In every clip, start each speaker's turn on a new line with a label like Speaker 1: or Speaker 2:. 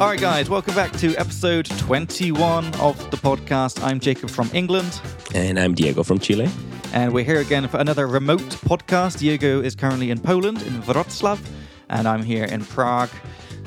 Speaker 1: All right, guys, welcome back to episode 21 of the podcast. I'm Jacob from England,
Speaker 2: And I'm Diego from Chile.
Speaker 1: and we're here again for another remote podcast. Diego is currently in Poland, in Wrocław, and I'm here in Prague.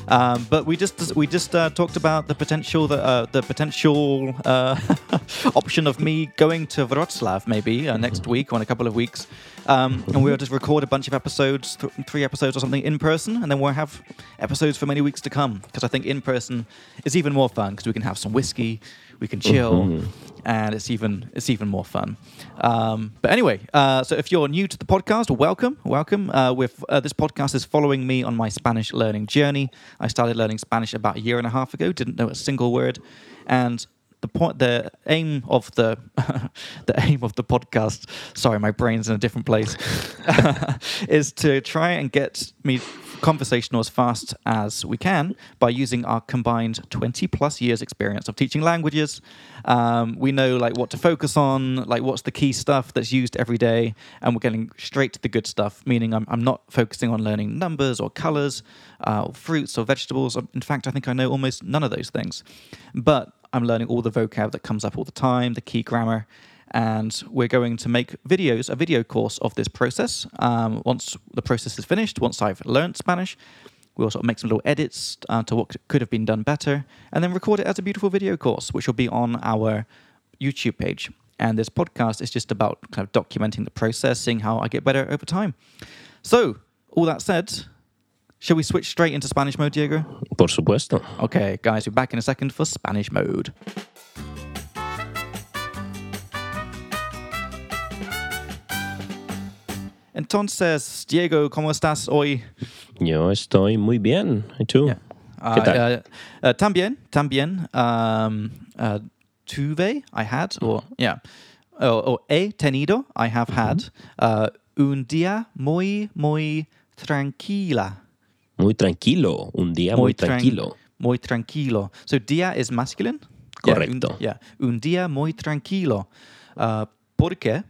Speaker 1: Um, but we just we just uh, talked about the potential the uh, the potential uh, option of me going to Wrocław maybe uh, next week or in a couple of weeks, um, and we'll just record a bunch of episodes, th- three episodes or something in person, and then we'll have episodes for many weeks to come because I think in person is even more fun because we can have some whiskey, we can chill, and it's even it's even more fun. Um, but anyway, uh, so if you're new to the podcast, welcome, welcome. Uh, with uh, this podcast is following me on my Spanish learning journey. I started learning Spanish about a year and a half ago. Didn't know a single word, and the point, the aim of the the aim of the podcast. Sorry, my brain's in a different place. is to try and get me conversational as fast as we can by using our combined 20 plus years experience of teaching languages um, we know like what to focus on like what's the key stuff that's used every day and we're getting straight to the good stuff meaning i'm, I'm not focusing on learning numbers or colors uh, or fruits or vegetables in fact i think i know almost none of those things but i'm learning all the vocab that comes up all the time the key grammar and we're going to make videos, a video course of this process. Um, once the process is finished, once I've learned Spanish, we'll sort of make some little edits uh, to what could have been done better, and then record it as a beautiful video course, which will be on our YouTube page. And this podcast is just about kind of documenting the process, seeing how I get better over time. So, all that said, shall we switch straight into Spanish mode, Diego?
Speaker 2: Por supuesto.
Speaker 1: Okay, guys, we're back in a second for Spanish mode. Entonces, Diego, ¿cómo estás hoy?
Speaker 2: Yo estoy muy bien. ¿Y tú?
Speaker 1: Yeah.
Speaker 2: ¿Qué
Speaker 1: Uh,
Speaker 2: tal?
Speaker 1: uh, uh, también, también. Um, uh, tuve, I had, or yeah, or, or he tenido, I have had. Uh, un día muy, muy tranquila.
Speaker 2: Muy tranquilo. Un día muy,
Speaker 1: tran-
Speaker 2: tranquilo.
Speaker 1: muy tranquilo. So dia is masculine. Yeah,
Speaker 2: Correcto.
Speaker 1: un- Yeah. Un día muy tranquilo. Uh, porque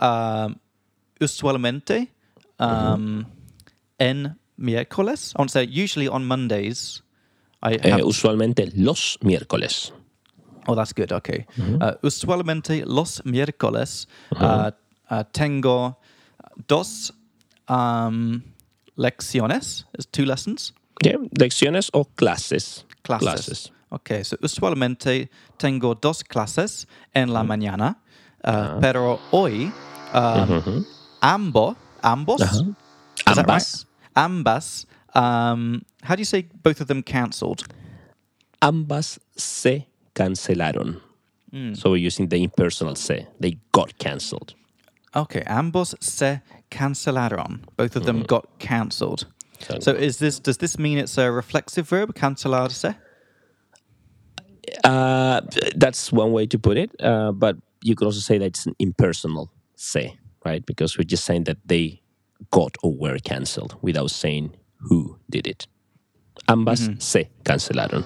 Speaker 1: um, usualmente um, en miércoles, I want to say usually on Mondays, I
Speaker 2: Eh,
Speaker 1: have.
Speaker 2: usualmente los miércoles.
Speaker 1: oh, that's good. Okay. Uh, usualmente los miércoles uh, uh, tengo dos um, lecciones. It's two lessons.
Speaker 2: Yeah. Lecciones o clases.
Speaker 1: clases.
Speaker 2: Clases.
Speaker 1: Ok, so usualmente tengo dos clases en la mañana, uh, pero hoy um, ambo- ambos, Is that right?
Speaker 2: Ambas.
Speaker 1: ambas, um, how do you say both of them cancelled?
Speaker 2: Ambas se cancelaron.
Speaker 1: Mm.
Speaker 2: So we're using the impersonal se. They got cancelled.
Speaker 1: Okay, ambos se cancelaron. Both of them got cancelled.
Speaker 2: So-
Speaker 1: So is this does this mean it's a reflexive verb, cancelarse?
Speaker 2: Uh, that's one way to put it. Uh, but you could also say that it's an impersonal say, right? Because we're just saying that they got or were cancelled without saying who did it. Ambas
Speaker 1: Mm-hmm.
Speaker 2: se cancelaron.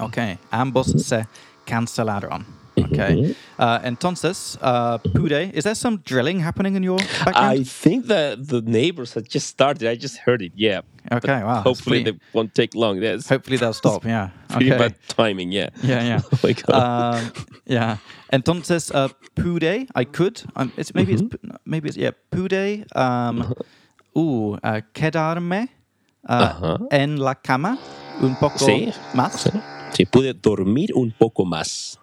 Speaker 1: Okay, ambos se cancelaron.
Speaker 2: Mm-hmm.
Speaker 1: Okay. Uh, entonces, uh, pude. Is there some drilling happening in your background?
Speaker 2: I think that the neighbors had just started. I just heard it. Yeah. But
Speaker 1: Okay, wow, that's
Speaker 2: Hopefully
Speaker 1: pretty-
Speaker 2: they won't take long. That's
Speaker 1: Hopefully they'll stop. Yeah.
Speaker 2: pretty
Speaker 1: Okay.
Speaker 2: bad timing. Yeah.
Speaker 1: Yeah, yeah.
Speaker 2: Oh my God.
Speaker 1: Um, yeah. Entonces, uh, pude. I could. Um, it's maybe it's
Speaker 2: Mm-hmm.
Speaker 1: pu- maybe it's yeah. Pude. Um,
Speaker 2: Uh-huh.
Speaker 1: ooh, uh, quedarme uh, en la cama un poco
Speaker 2: Sí.
Speaker 1: más.
Speaker 2: Sí. Sí, pude dormir un poco más.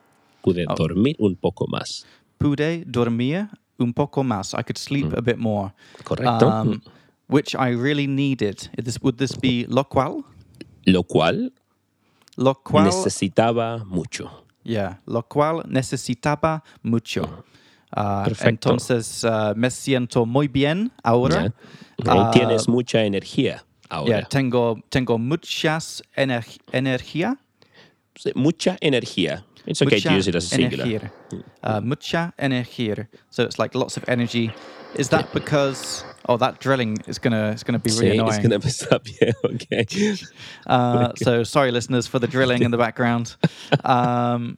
Speaker 2: Pude
Speaker 1: Oh.
Speaker 2: dormir un poco más.
Speaker 1: Pude dormir un poco más. I could sleep
Speaker 2: Mm.
Speaker 1: a bit more.
Speaker 2: Correcto.
Speaker 1: Um, which I really needed. Is This would this be lo cual?
Speaker 2: Lo cual
Speaker 1: Lo cual.
Speaker 2: necesitaba mucho.
Speaker 1: Yeah, lo cual necesitaba mucho. Ah,
Speaker 2: Perfecto.
Speaker 1: entonces ah, me siento muy bien ahora.
Speaker 2: Ya.
Speaker 1: Ah.
Speaker 2: Ahí tienes mucha energía
Speaker 1: Yeah,
Speaker 2: ahora.
Speaker 1: tengo, tengo muchas ener- energía.
Speaker 2: Sí, Mucha energía. It's okay to
Speaker 1: mucha
Speaker 2: use it as a singular. Mm.
Speaker 1: energía. Ah, mucha energía. So it's like lots of energy. Is that because oh that drilling is gonna it's gonna be
Speaker 2: Sí,
Speaker 1: really
Speaker 2: it's
Speaker 1: annoying.
Speaker 2: gonna mess up. Yeah, okay.
Speaker 1: Uh, so sorry, listeners, for the drilling in the background. Um,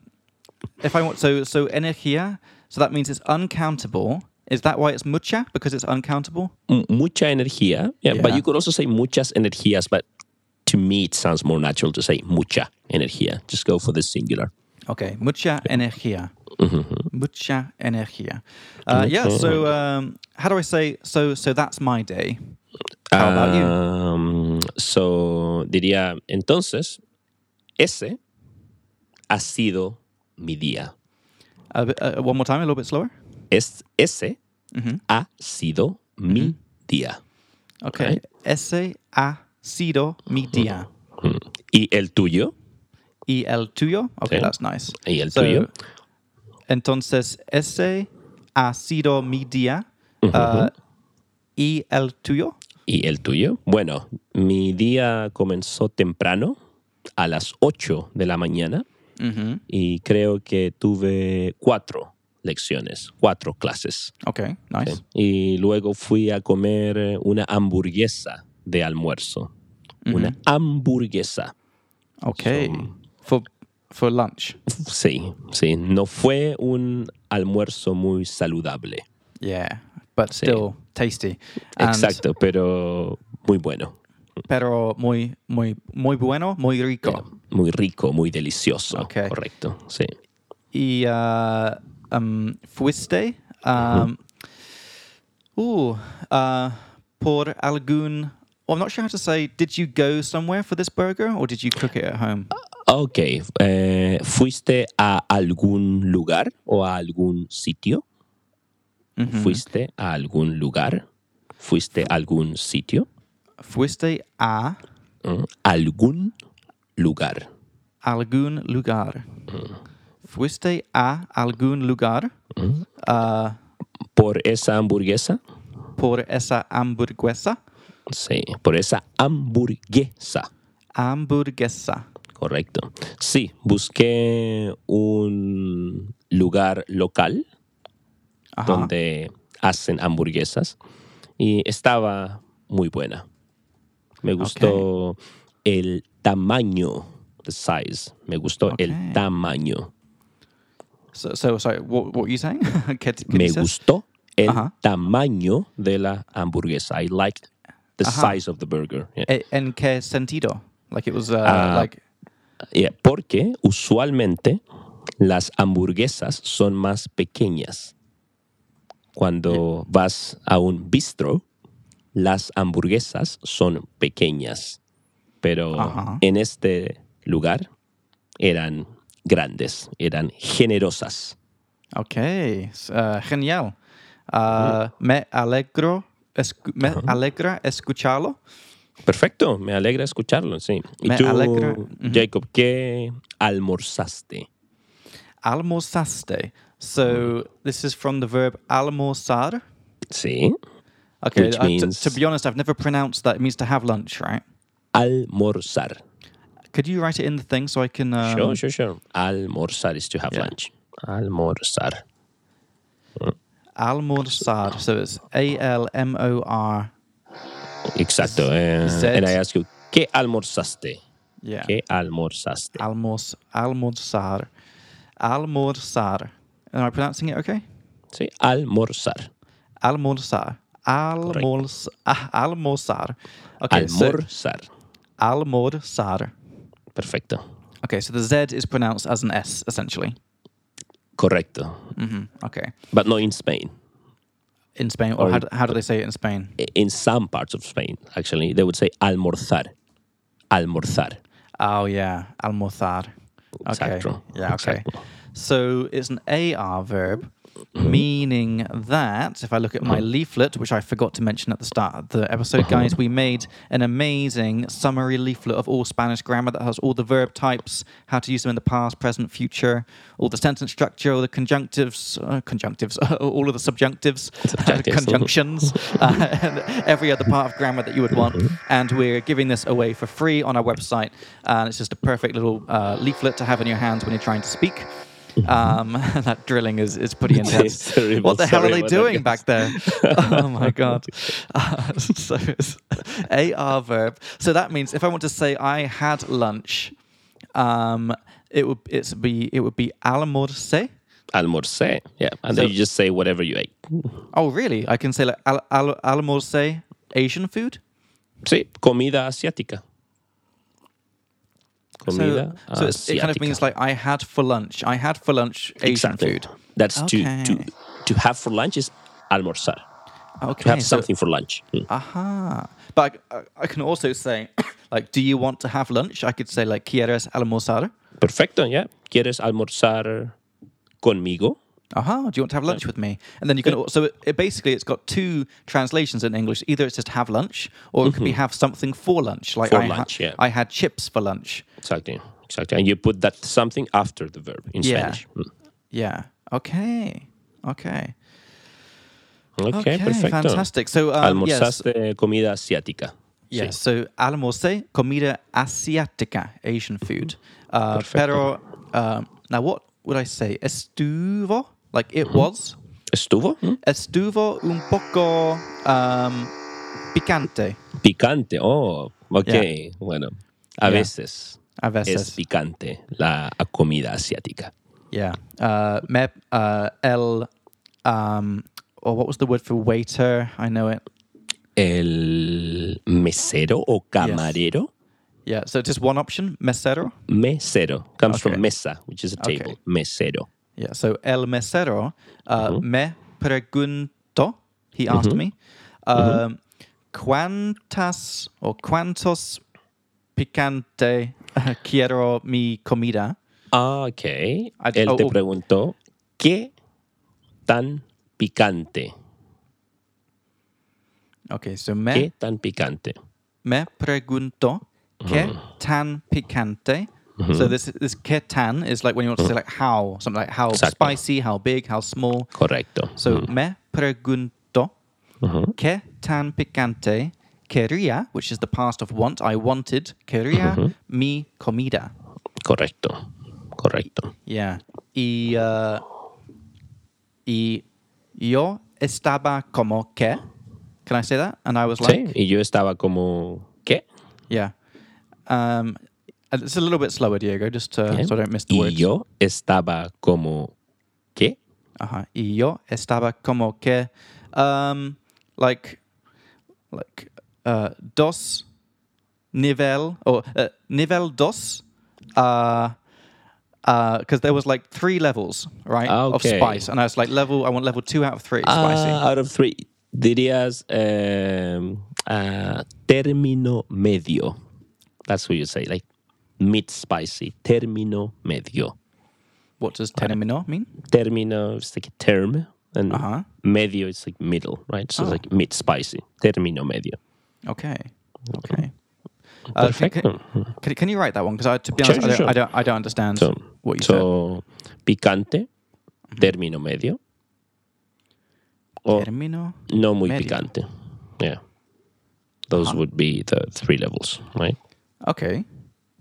Speaker 1: if I want, so so energía, so that means it's uncountable. Is that why it's mucha? Because it's uncountable.
Speaker 2: M- Mucha energía. Yeah, But
Speaker 1: Yeah.
Speaker 2: you could also say muchas energías, but to me, it sounds more natural to say mucha energía. Just go for the singular.
Speaker 1: Okay, mucha energía. Mucha energía. Uh, yeah. So um, how do I say? So so that's my day. How about you?
Speaker 2: Um, so diría, entonces, ese ha sido mi día.
Speaker 1: A bit, uh, one more time, a little bit slower.
Speaker 2: Es, ese ha sido mi día.
Speaker 1: Okay. Ese ha sido mi día.
Speaker 2: Y el tuyo,
Speaker 1: Y el tuyo. Okay,
Speaker 2: Sí.
Speaker 1: that's nice.
Speaker 2: y el
Speaker 1: So,
Speaker 2: tuyo.
Speaker 1: Entonces, ese ha sido mi día. Uh, y el tuyo.
Speaker 2: ¿Y el tuyo? Bueno, mi día comenzó temprano, a las 8 de la mañana, y creo que tuve cuatro lecciones, cuatro clases.
Speaker 1: Okay, nice.
Speaker 2: Y luego fui a comer eh, una hamburguesa de almuerzo. Una hamburguesa.
Speaker 1: Okay. For for lunch.
Speaker 2: Sí, sí. No fue un almuerzo muy saludable.
Speaker 1: Yeah, but still tasty. And
Speaker 2: Exacto, pero muy bueno.
Speaker 1: Pero muy muy muy bueno, muy rico.
Speaker 2: Muy rico, muy delicioso.
Speaker 1: Ok.
Speaker 2: Correcto, sí.
Speaker 1: y uh, um, fuiste um, ooh, uh, por algún. Well, I'm not sure how to say. Did you go somewhere for this burger, or did you cook it at home?
Speaker 2: Uh, Ok, eh, ¿fuiste a algún lugar o a algún sitio? ¿Fuiste a algún lugar? ¿Fuiste a algún sitio?
Speaker 1: Fuiste a
Speaker 2: Mm, ¿Algún lugar?
Speaker 1: algún lugar.
Speaker 2: Mm.
Speaker 1: Fuiste a algún lugar uh,
Speaker 2: ¿Por esa hamburguesa?
Speaker 1: por esa hamburguesa.
Speaker 2: Sí, por esa hamburguesa.
Speaker 1: Hamburguesa.
Speaker 2: Correcto. Sí, busqué un lugar local
Speaker 1: Ajá.
Speaker 2: donde hacen hamburguesas y estaba muy buena. Me gustó el tamaño, the size. Me gustó
Speaker 1: Ok.
Speaker 2: el tamaño.
Speaker 1: So, so sorry. What, what were you saying? ¿Qué, qué
Speaker 2: Me
Speaker 1: dices?
Speaker 2: gustó el
Speaker 1: Ajá.
Speaker 2: tamaño de la hamburguesa. I liked the
Speaker 1: Ajá.
Speaker 2: size of the burger. Yeah.
Speaker 1: E- ¿En qué sentido? Like it was uh,
Speaker 2: Ah,
Speaker 1: like.
Speaker 2: Yeah, Eh, porque usualmente las hamburguesas son más pequeñas. Cuando vas a un bistro, las hamburguesas son pequeñas. Pero
Speaker 1: Ajá.
Speaker 2: en este lugar eran grandes, eran generosas.
Speaker 1: Okay, s- uh, genial. Uh,
Speaker 2: Mm.
Speaker 1: me alegro, escu- me
Speaker 2: Uh-huh.
Speaker 1: alegra escucharlo.
Speaker 2: Perfecto, me alegra escucharlo, sí. ¿Y
Speaker 1: Me
Speaker 2: tú,
Speaker 1: alegra-
Speaker 2: Jacob, qué almorzaste?
Speaker 1: Almorzaste.
Speaker 2: Mm.
Speaker 1: So this is from the verb almorzar.
Speaker 2: Sí,
Speaker 1: Okay,
Speaker 2: Which
Speaker 1: uh, t-
Speaker 2: means-
Speaker 1: to be honest, I've never pronounced that. It means to have lunch, right?
Speaker 2: almorzar.
Speaker 1: Could you write it in the thing so I can? Um,
Speaker 2: Sure, sure, sure. Almorzar is to have lunch. Almorzar.
Speaker 1: Almorzar. So it's A L M O R.
Speaker 2: Exacto. eh,
Speaker 1: Z.
Speaker 2: and I ask you, ¿qué almorzaste?
Speaker 1: Yeah. Ah.
Speaker 2: ¿Qué almorzaste?
Speaker 1: Almorz almorzar. Almorzar. Am I pronouncing it okay?
Speaker 2: Sí, almorzar.
Speaker 1: Almorzar. Almorz, ah, almorzar. Okay, so
Speaker 2: almorzar.
Speaker 1: almorzar.
Speaker 2: Perfecto.
Speaker 1: Okay, so the Z is pronounced as an S, essentially.
Speaker 2: Correcto.
Speaker 1: Mhm, Okay.
Speaker 2: But not in Spain.
Speaker 1: In Spain, or how do, how do they say it in Spain?
Speaker 2: I- In some parts of Spain, actually, they would say almorzar. Almorzar.
Speaker 1: Oh, yeah, almorzar. Okay.
Speaker 2: Exacto.
Speaker 1: Yeah, okay.
Speaker 2: Exacto. Mm-hmm.
Speaker 1: So it's an AR verb, meaning that, if I look at my leaflet, which I forgot to mention at the start of the
Speaker 2: Mm-hmm.
Speaker 1: episode, guys, we made an amazing summary leaflet of all Spanish grammar that has all the verb types, how to use them in the past, present, future, all the sentence structure, all the conjunctives, uh, conjunctives, all of the subjunctives,
Speaker 2: Subjunctives.
Speaker 1: conjunctions, uh, and every other part of grammar that you would want. And we're giving this away for free on our website. And it's just a perfect little uh, leaflet to have in your hands when you're trying to speak. Um, that drilling is, is pretty intense.
Speaker 2: terrible.
Speaker 1: what the hell are
Speaker 2: Sorry
Speaker 1: they
Speaker 2: about that,
Speaker 1: doing
Speaker 2: guys.
Speaker 1: back there? oh my god. Uh, so it's AR verb. So that means if I want to say I had lunch, um, it would it's be it would be almorcé.
Speaker 2: Almorcé. Yeah. And then
Speaker 1: So-
Speaker 2: you just say whatever you ate.
Speaker 1: Oh really? I can say like al, al, almorcé Asian food.
Speaker 2: Sí, comida asiática. Comida.
Speaker 1: So, so it's, it kind of
Speaker 2: asiática.
Speaker 1: means like I had for lunch. I had for lunch Asian
Speaker 2: exactly.
Speaker 1: food.
Speaker 2: That's
Speaker 1: Okay.
Speaker 2: to, to to have for lunch is almorzar.
Speaker 1: Okay.
Speaker 2: To have
Speaker 1: so-
Speaker 2: something for lunch. Mm.
Speaker 1: Aha. But I, I- I can also say, like, do you want to have lunch? I could say, like, ¿quieres almorzar?
Speaker 2: Perfecto, ya. ¿Quieres almorzar conmigo?
Speaker 1: Aha. Do you want to have lunch with me? And then you can also, it, it basically, it's got two translations in English. Either it's just have lunch, or it could be have something for lunch. Like,
Speaker 2: Mm-hmm. For
Speaker 1: I, ha-
Speaker 2: lunch, yeah.
Speaker 1: I had chips for lunch.
Speaker 2: Exactly. Exactly. And you put that something after the verb in
Speaker 1: Yeah.
Speaker 2: Spanish. Mm.
Speaker 1: Yeah. Okay. Okay.
Speaker 2: Okay,
Speaker 1: Okay.
Speaker 2: perfecto.
Speaker 1: Fantastic. So, um, yes.
Speaker 2: Almorzaste comida asiática. Sí.
Speaker 1: Yes, so almorcé comida asiática, Asian food. Uh, pero,
Speaker 2: Perfecto.
Speaker 1: um, now what would I say? Estuvo, like it was.
Speaker 2: ¿Estuvo? Mm.
Speaker 1: Estuvo un poco um, picante
Speaker 2: Picante. Oh, ok.
Speaker 1: Yeah.
Speaker 2: Bueno, a
Speaker 1: Yeah.
Speaker 2: veces
Speaker 1: a veces.
Speaker 2: es picante la comida asiática.
Speaker 1: yeah. Uh, me, uh, el, um, or what was the word for waiter? I know it.
Speaker 2: El mesero o camarero.
Speaker 1: Yeah, so just one option, mesero.
Speaker 2: Mesero comes
Speaker 1: Okay.
Speaker 2: from mesa, which is a
Speaker 1: Okay.
Speaker 2: table. Mesero.
Speaker 1: Yeah, so el mesero uh,
Speaker 2: Mm-hmm.
Speaker 1: me preguntó, he asked me,
Speaker 2: Mm-hmm.
Speaker 1: um, ¿cuántas or cuántos picante quiero mi comida?
Speaker 2: Ok. Él
Speaker 1: oh,
Speaker 2: te
Speaker 1: oh.
Speaker 2: preguntó qué tan picante.
Speaker 1: Okay, so me,
Speaker 2: ¿Qué tan picante?
Speaker 1: me preguntó que
Speaker 2: Mm-hmm.
Speaker 1: tan picante. So this this que tan is like when you want to say like how, something like how
Speaker 2: Mm-hmm. Exacto.
Speaker 1: spicy, how big, how small.
Speaker 2: Correcto.
Speaker 1: So me pregunto
Speaker 2: Mm-hmm.
Speaker 1: que tan picante quería, which is the past of want. I wanted quería
Speaker 2: Mm-hmm.
Speaker 1: mi comida.
Speaker 2: Correcto. Correcto.
Speaker 1: Yeah. Y uh, y yo estaba como que. Can I say that? And I was like,
Speaker 2: sí, y yo estaba como, ¿qué?
Speaker 1: yeah. Um, and it's a little bit slower, Diego, just to, so I don't miss the
Speaker 2: y
Speaker 1: words.
Speaker 2: yo estaba como, ¿qué?
Speaker 1: Ajá. Y yo estaba como que, um, like, like, uh, dos nivel or uh, nivel dos, uh, because there was like three levels, right, of
Speaker 2: Ah, Okay.
Speaker 1: spice, and I was like level. I want level two out of three spicy.
Speaker 2: Ah, out of three. Dirías um, ah, término medio. That's what you say, like mid spicy, término medio.
Speaker 1: What does termino mean?
Speaker 2: Término is like a term, and
Speaker 1: Ajá.
Speaker 2: medio is like middle, right?
Speaker 1: Oh.
Speaker 2: So it's like mid spicy, término medio.
Speaker 1: Okay. Okay. Uh, can, can,
Speaker 2: Perfecto.
Speaker 1: can- can you write that one? Because to be
Speaker 2: Sure,
Speaker 1: honest,
Speaker 2: sure,
Speaker 1: I, don't, I
Speaker 2: sure.
Speaker 1: don't. I don't understand
Speaker 2: So,
Speaker 1: what you said. Mm-hmm.
Speaker 2: so, picante, término medio, o
Speaker 1: Termino.
Speaker 2: no muy
Speaker 1: medio. Uh-huh.
Speaker 2: picante. Yeah. Those would be the three levels, right?
Speaker 1: Okay.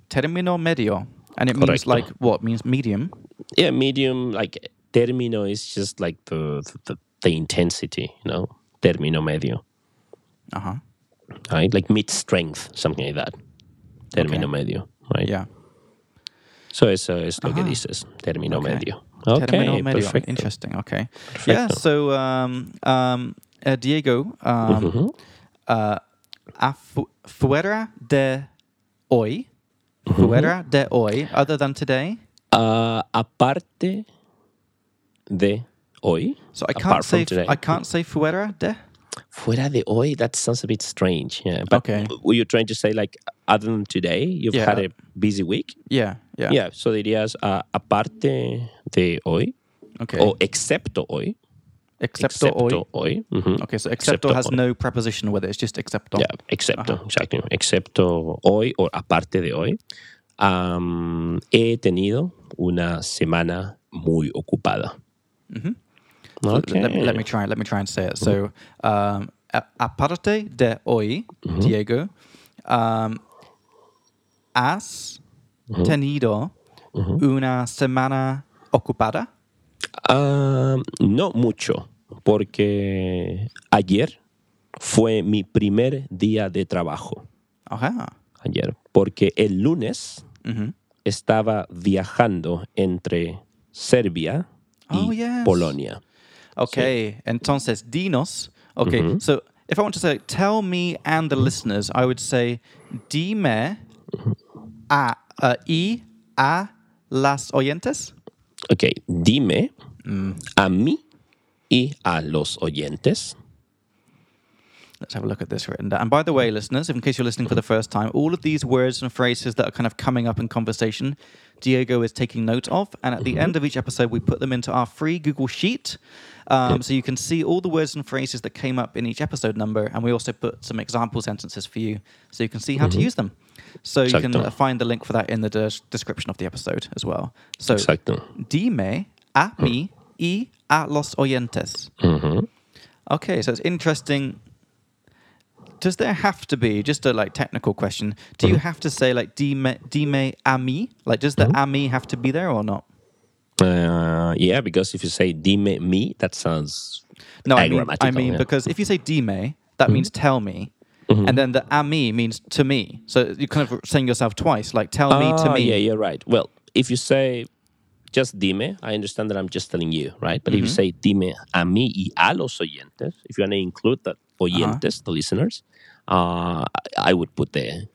Speaker 1: Termino medio. And it means
Speaker 2: Correcto.
Speaker 1: like what? Means medium.
Speaker 2: Yeah, medium, like término is just like the the, the intensity, you know, término medio,
Speaker 1: Uh huh.
Speaker 2: right? Like mid strength, something like that.
Speaker 1: Okay.
Speaker 2: Término medio, right?
Speaker 1: Yeah.
Speaker 2: So eso es lo que
Speaker 1: Ajá.
Speaker 2: dices, término
Speaker 1: Okay.
Speaker 2: medio. Okay,
Speaker 1: Termino medio.
Speaker 2: perfecto.
Speaker 1: Interesting. Okay. Yeah.
Speaker 2: Perfecto.
Speaker 1: So, um, um, uh, Diego, um,
Speaker 2: Mm-hmm.
Speaker 1: uh, afu- fuera de hoy,
Speaker 2: Mm-hmm.
Speaker 1: fuera de hoy, other than today.
Speaker 2: Ah, aparte de hoy,
Speaker 1: So I can't
Speaker 2: apart
Speaker 1: say
Speaker 2: from today,
Speaker 1: I can't say fuera de.
Speaker 2: fuera de hoy, that sounds a bit strange. Yeah, but
Speaker 1: Okay.
Speaker 2: were you trying to say like other than today, you've
Speaker 1: Yeah.
Speaker 2: had a busy week?
Speaker 1: Yeah. Yeah.
Speaker 2: Yeah, so dirías ah, aparte de hoy
Speaker 1: Okay.
Speaker 2: o excepto hoy.
Speaker 1: excepto, hoy.
Speaker 2: Excepto hoy. ujú.
Speaker 1: Okay. So
Speaker 2: Excepto
Speaker 1: excepto has
Speaker 2: hoy.
Speaker 1: no preposition with it. It's just excepto.
Speaker 2: Yeah, excepto, exacto. Excepto hoy o aparte de hoy. Am, he tenido una semana muy ocupada.
Speaker 1: So let, me, let
Speaker 2: Okay.
Speaker 1: me try. Let me try and say it. So, um, a- aparte de hoy, Diego, um, has tenido una semana ocupada.
Speaker 2: Am, no mucho, porque ayer fue mi primer día de trabajo.
Speaker 1: Ajá.
Speaker 2: ayer, porque el lunes estaba viajando entre Serbia y
Speaker 1: Oh, yes.
Speaker 2: Polonia.
Speaker 1: Okay. Entonces, dinos. Okay. So, if I want to say, tell me and the listeners, I would say, dime a uh, y a las oyentes.
Speaker 2: Ok, dime
Speaker 1: Mm.
Speaker 2: a mí y a los oyentes.
Speaker 1: Let's have a look at this written down. And by the way, listeners, in case you're listening for the first time, all of these words and phrases that are kind of coming up in conversation, Diego is taking note of. And at the end of each episode, we put them into our free Google Sheet. Um, So you can see all the words and phrases that came up in each episode number. And we also put some example sentences for you so you can see how to use them. So you can
Speaker 2: Exacto.
Speaker 1: uh, find the link for that in the des- description of the episode as well. So
Speaker 2: Exacto.
Speaker 1: dime a mí y a los oyentes.
Speaker 2: Mm-hmm.
Speaker 1: Okay, so it's interesting. Does there have to be just a like technical question? Do
Speaker 2: Mm-hmm.
Speaker 1: you have to say like dime dime a mí? Like does the a mí have to be there or not?
Speaker 2: Uh, yeah, because if you say dime me, that sounds
Speaker 1: No, I mean, I
Speaker 2: Agrammatical,
Speaker 1: mean
Speaker 2: yeah. Mm-hmm.
Speaker 1: because if you say dime, that means tell me, and then the a mí means to me. So you're kind of saying yourself twice, like tell me to
Speaker 2: Ah,
Speaker 1: me.
Speaker 2: Yeah, you're right. Well, if you say just dime, I understand that I'm just telling you, right? But if you
Speaker 1: Mm-hmm.
Speaker 2: say dime a mí y a los oyentes, if you want to include the
Speaker 1: Uh-huh.
Speaker 2: oyentes, the listeners, uh, I I would put the.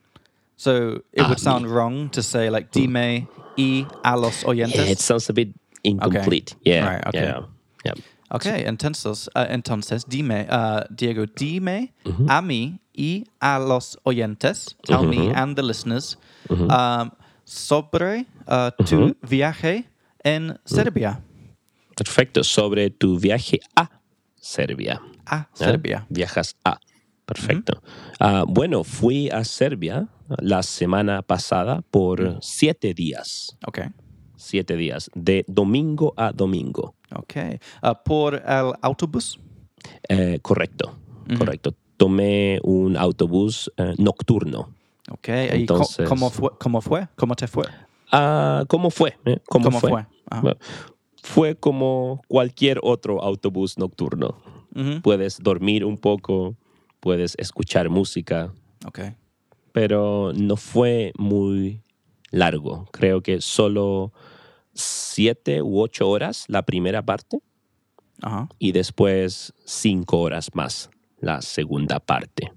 Speaker 1: So it would
Speaker 2: mí.
Speaker 1: sound wrong to say like dime y a los oyentes.
Speaker 2: Yeah, it sounds a bit incomplete. Yeah.
Speaker 1: Right, okay.
Speaker 2: Yeah. yeah.
Speaker 1: Okay, entonces, uh, entonces dime, uh, Diego,
Speaker 2: Uh-huh.
Speaker 1: dime
Speaker 2: Mm-hmm.
Speaker 1: a mí y a los oyentes, tell me
Speaker 2: Mm-hmm.
Speaker 1: and the listeners, um, sobre uh, tu
Speaker 2: Mm-hmm.
Speaker 1: viaje en Serbia.
Speaker 2: Perfecto. Sobre tu viaje a Serbia.
Speaker 1: A Ah,
Speaker 2: ¿eh?
Speaker 1: Serbia.
Speaker 2: Viajas a. Perfecto. Ah, bueno, fui a Serbia la semana pasada por siete días.
Speaker 1: Okay,
Speaker 2: siete días, de domingo a domingo.
Speaker 1: okay. Uh, por el autobús.
Speaker 2: Eh, correcto, correcto. Tomé un autobús eh, nocturno.
Speaker 1: Okay, y co-
Speaker 2: Entonces-
Speaker 1: ¿cómo, fue, ¿cómo fue? ¿Cómo te fue?
Speaker 2: Ah, ¿Cómo fue? eh? ¿Cómo,
Speaker 1: ¿Cómo
Speaker 2: fue?
Speaker 1: fue? Ah. Ajá.
Speaker 2: Bueno, fue como cualquier otro autobús nocturno. Puedes dormir un poco, puedes escuchar música,
Speaker 1: Okay,
Speaker 2: pero no fue muy largo. Creo que solo siete u ocho horas la primera parte.
Speaker 1: ajá,
Speaker 2: y después cinco horas más la segunda parte.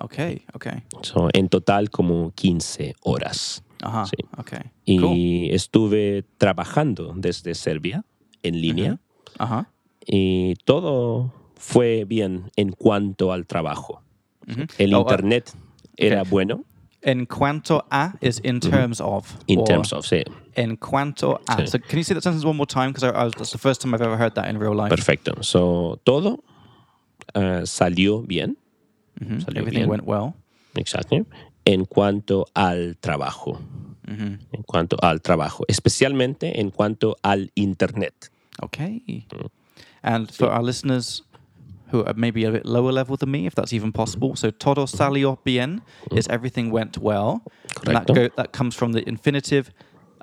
Speaker 1: okay, okay,
Speaker 2: So, en total como 15 horas.
Speaker 1: ajá,
Speaker 2: Sí.
Speaker 1: okay.
Speaker 2: Y
Speaker 1: Cool.
Speaker 2: estuve trabajando desde Serbia en línea
Speaker 1: Ajá.
Speaker 2: y todo fue bien en cuanto al trabajo. El
Speaker 1: Oh, ah,
Speaker 2: internet era
Speaker 1: ok.
Speaker 2: bueno
Speaker 1: En cuanto a is in terms of.
Speaker 2: Mm-hmm. in
Speaker 1: or-
Speaker 2: terms of sí,
Speaker 1: En cuanto a.
Speaker 2: Sí.
Speaker 1: So can you say that sentence one more time? Because I, I was, that's the first time I've ever heard that in real life.
Speaker 2: perfecto. So, todo eh, salió bien. Salió
Speaker 1: Mm-hmm. Everything
Speaker 2: bien.
Speaker 1: went well.
Speaker 2: Exacto. En cuanto al trabajo.
Speaker 1: Mm-hmm.
Speaker 2: En cuanto al trabajo. Especialmente en cuanto al Internet.
Speaker 1: Okay.
Speaker 2: Mm.
Speaker 1: And for our listeners who are maybe a bit lower level than me, if that's even possible, so todo salió bien is everything went well. And that,
Speaker 2: Mm. Correcto.
Speaker 1: go, that comes from the infinitive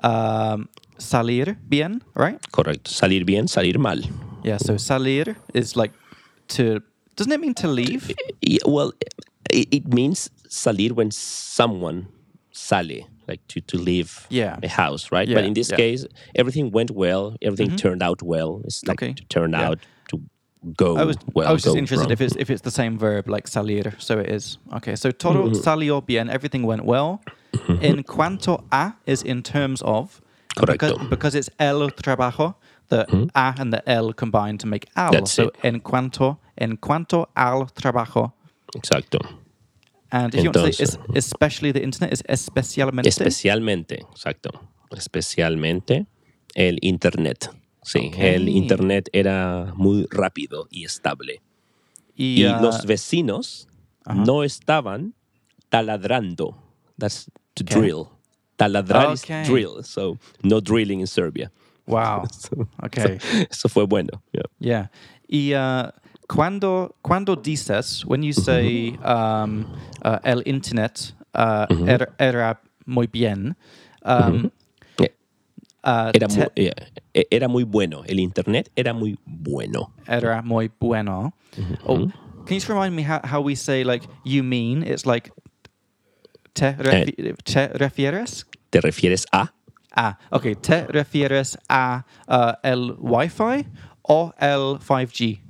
Speaker 1: um, salir bien, right?
Speaker 2: Correcto. Salir bien, salir mal.
Speaker 1: Yeah, so salir is like to. Doesn't it mean to leave?
Speaker 2: Y- well, it, it means salir when someone sale, like to, to leave
Speaker 1: Yeah.
Speaker 2: a house, right?
Speaker 1: Yeah,
Speaker 2: But in this
Speaker 1: yeah. Mm-hmm.
Speaker 2: case, everything went well. Everything turned out well. It's like
Speaker 1: Okay.
Speaker 2: to turn
Speaker 1: Yeah.
Speaker 2: out, to go
Speaker 1: I was,
Speaker 2: well.
Speaker 1: I was just
Speaker 2: go
Speaker 1: interested
Speaker 2: wrong.
Speaker 1: if it's if it's the same verb like salir. So it is. Okay. So todo
Speaker 2: Mm-hmm.
Speaker 1: salió bien. Everything went well. in cuanto a is in terms of. and Because,
Speaker 2: Correcto. Mm-hmm.
Speaker 1: because it's el trabajo, the a and the el combine to make al.
Speaker 2: That's
Speaker 1: so
Speaker 2: it.
Speaker 1: en cuanto en cuanto al trabajo.
Speaker 2: Exacto.
Speaker 1: And if you want to say
Speaker 2: Entonces-
Speaker 1: es- especially the internet is especialmente.
Speaker 2: Especialmente, exacto. Especialmente el Internet. Sí, el
Speaker 1: Ok.
Speaker 2: Internet era muy rápido y estable.
Speaker 1: y,
Speaker 2: Y,
Speaker 1: uh,
Speaker 2: los vecinos no estaban taladrando. That's to
Speaker 1: Ok.
Speaker 2: drill. Taladrar
Speaker 1: Ok.
Speaker 2: is drill. So, no drilling in Serbia.
Speaker 1: wow. Okay.
Speaker 2: Eso fue bueno. yeah.
Speaker 1: Yeah. Y uh, cuando, cuando dices, when you say
Speaker 2: Mm-hmm.
Speaker 1: um, uh, el internet uh, era, era muy bien, um, uh,
Speaker 2: Mm-hmm. Era,
Speaker 1: te-
Speaker 2: mu- yeah, e- era muy bueno. El Internet era muy bueno.
Speaker 1: era muy bueno.
Speaker 2: Mm-hmm.
Speaker 1: Oh, can you just remind me how, how we say, like, you mean? It's like, te, refi-
Speaker 2: Eh.
Speaker 1: te refieres?
Speaker 2: ¿Te refieres a?
Speaker 1: Ah, okay. Te refieres a uh, el Wi-Fi or el 5G?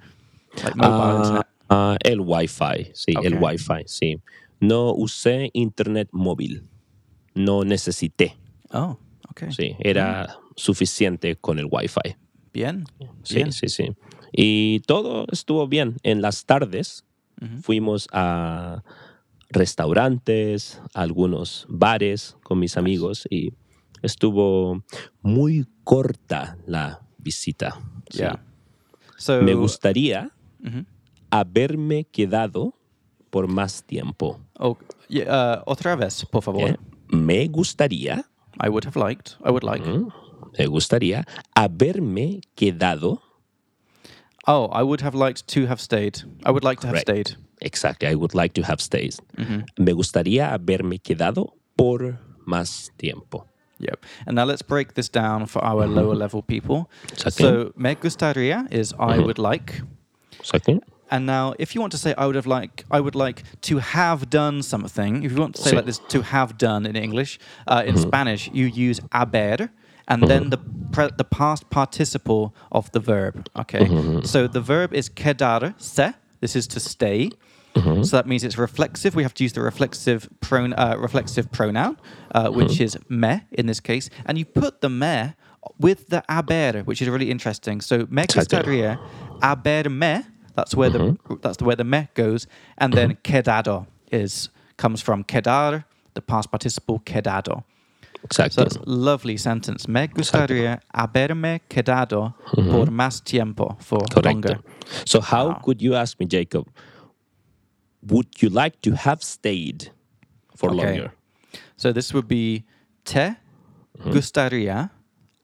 Speaker 1: Like mobile
Speaker 2: Ah,
Speaker 1: internet.
Speaker 2: ah, el Wi-Fi, sí, el
Speaker 1: Ok.
Speaker 2: Wi-Fi, sí. No usé internet móvil. no necesité.
Speaker 1: Oh, okay.
Speaker 2: Sí, era suficiente con el Wi-Fi.
Speaker 1: Bien.
Speaker 2: Sí,
Speaker 1: bien.
Speaker 2: sí, sí. Y todo estuvo bien. En las tardes
Speaker 1: Ujú.
Speaker 2: fuimos a restaurantes, a algunos bares con mis amigos y estuvo muy corta la visita. Sí.
Speaker 1: Yeah. So
Speaker 2: Me gustaría
Speaker 1: Mhm.
Speaker 2: haberme quedado por más tiempo.
Speaker 1: Oh, yeah, uh, otra vez, por favor.
Speaker 2: ¿eh? Me gustaría,
Speaker 1: I would have liked. I would like.
Speaker 2: ¿m? me gustaría haberme quedado.
Speaker 1: Oh, I would have liked to have stayed. I would like to have
Speaker 2: Correct.
Speaker 1: stayed.
Speaker 2: Exactly, I would like to have stayed. Me gustaría haberme quedado por más tiempo.
Speaker 1: Yep. And now let's break this down for our lower level people.
Speaker 2: Mm-hmm. It's okay. Mm-hmm.
Speaker 1: So, me gustaría is I would like.
Speaker 2: Exactly.
Speaker 1: And now, if you want to say I would have like, I would like to have done something. If you want to say
Speaker 2: Sí.
Speaker 1: like this, to have done in English, uh, in Spanish you use haber, and then the pre- the past participle of the verb. Okay, so the verb is quedar se. This is to stay. So that means it's reflexive. We have to use the reflexive pron- uh, reflexive pronoun, uh, which is me in this case, and you put the me with the haber, which is really interesting. So me
Speaker 2: Exactly.
Speaker 1: gustaría here, haber me. That's where
Speaker 2: Mm-hmm.
Speaker 1: the that's where the me goes, and then quedado is comes from quedar, the past participle quedado. So
Speaker 2: Exactly.
Speaker 1: that's a lovely sentence. Me gustaría haberme quedado
Speaker 2: Mm-hmm.
Speaker 1: por más tiempo for
Speaker 2: Correct.
Speaker 1: longer.
Speaker 2: So how
Speaker 1: Wow.
Speaker 2: could you ask me, Jacob? Would you like to have stayed for
Speaker 1: Okay.
Speaker 2: longer?
Speaker 1: So this would be te
Speaker 2: Mm-hmm.
Speaker 1: gustaría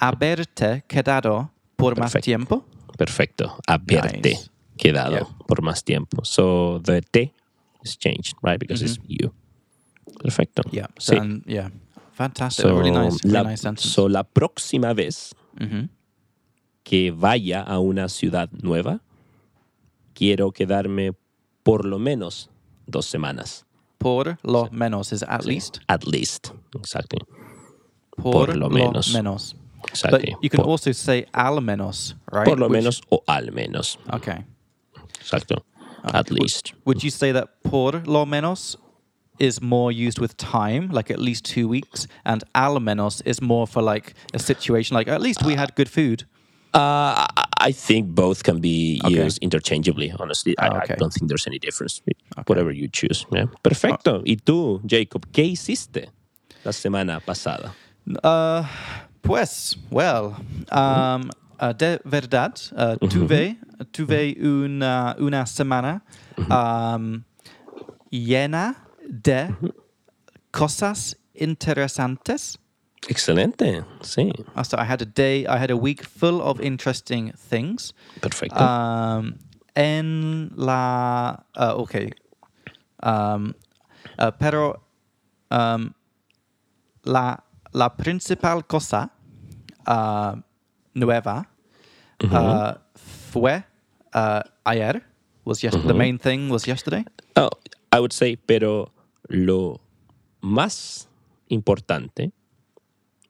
Speaker 1: haberte quedado por más
Speaker 2: Perfect.
Speaker 1: tiempo.
Speaker 2: Perfecto. Haberte
Speaker 1: Nice.
Speaker 2: quedado
Speaker 1: Yeah.
Speaker 2: por más tiempo. So the te is changed, right? Because it's you. Perfecto.
Speaker 1: Mm-hmm. Yeah. So
Speaker 2: Sí.
Speaker 1: and, yeah. Fantastic.
Speaker 2: So,
Speaker 1: really nice. Really
Speaker 2: la,
Speaker 1: nice sentence. Mm-hmm.
Speaker 2: so la próxima vez que vaya a una ciudad nueva, quiero quedarme por lo menos dos semanas.
Speaker 1: por lo menos is at least.
Speaker 2: At least. Exactly.
Speaker 1: Por,
Speaker 2: Por
Speaker 1: lo,
Speaker 2: lo
Speaker 1: menos.
Speaker 2: menos.
Speaker 1: But
Speaker 2: Exactly.
Speaker 1: you can
Speaker 2: Por-
Speaker 1: also say al menos, right?
Speaker 2: Por lo
Speaker 1: Which-
Speaker 2: menos o al menos.
Speaker 1: Okay.
Speaker 2: Exacto. At least.
Speaker 1: Would you say that por lo menos is more used with time, like at least two weeks, and al menos is more for like a situation like at least we had good food?
Speaker 2: Uh, I- I think both can be
Speaker 1: Okay.
Speaker 2: used interchangeably, honestly. I,
Speaker 1: Ah,
Speaker 2: I
Speaker 1: okay.
Speaker 2: don't think there's any difference. Whatever you choose. yeah. Perfecto.
Speaker 1: Ah.
Speaker 2: ¿Y tú, Jacob, qué hiciste la semana pasada?
Speaker 1: Uh, pues, well, um, uh, de verdad, uh, tuve, tuve una, una semana um, llena de cosas interesantes.
Speaker 2: Excelente. Sí.
Speaker 1: Uh, So I had a day, I had a week full of interesting things.
Speaker 2: Perfecto.
Speaker 1: Um, en la, uh, okay, um, uh, pero um, la, la principal cosa uh, nueva uh, fue uh, ayer. Was yes- the main thing was yesterday.
Speaker 2: Oh, I would say, pero lo más importante,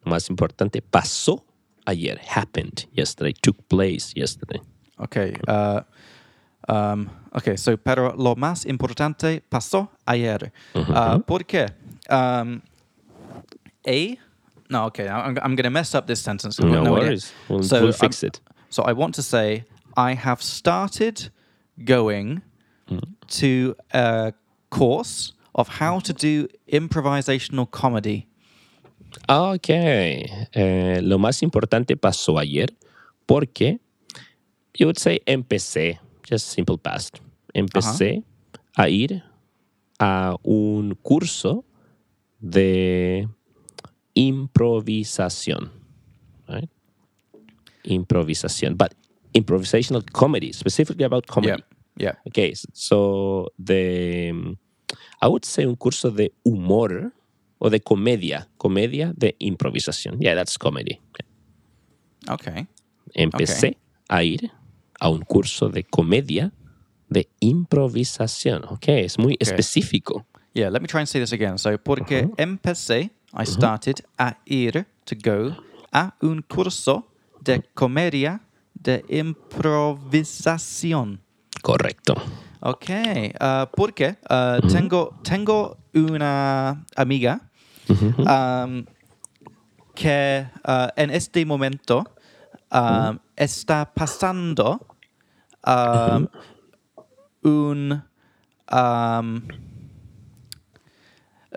Speaker 2: lo más importante pasó ayer, happened yesterday, took place yesterday.
Speaker 1: Okay. Uh, um, okay, so, pero lo más importante pasó ayer.
Speaker 2: Mm-hmm.
Speaker 1: Uh, ¿Por qué? Um, a. No, okay, I'm, I'm going to mess up this sentence. I've got
Speaker 2: No
Speaker 1: idea.
Speaker 2: worries. We'll- we'll fix
Speaker 1: I'm-
Speaker 2: it.
Speaker 1: So, I want to say I have started going
Speaker 2: Mm-hmm.
Speaker 1: to a course of how to do improvisational comedy.
Speaker 2: Ah, Ok, eh, lo más importante pasó ayer porque, you would say, empecé, just simple past, empecé a ir a un curso de improvisación. right? Improvisación, but improvisational comedy, specifically about comedy.
Speaker 1: Yeah.
Speaker 2: Okay, s- so the mm, I would say un curso de humor o de comedia, comedia de improvisación. Yeah, that's comedy.
Speaker 1: Okay.
Speaker 2: Empecé a ir a un curso de comedia de improvisación. Okay, es muy específico.
Speaker 1: Yeah, let me try and say this again. So, porque empecé, I started a ir, to go, a un curso de comedia de improvisación.
Speaker 2: Correcto.
Speaker 1: Ok, uh, porque uh, tengo, tengo una amiga um, que uh, en este momento um, está pasando um, un, um,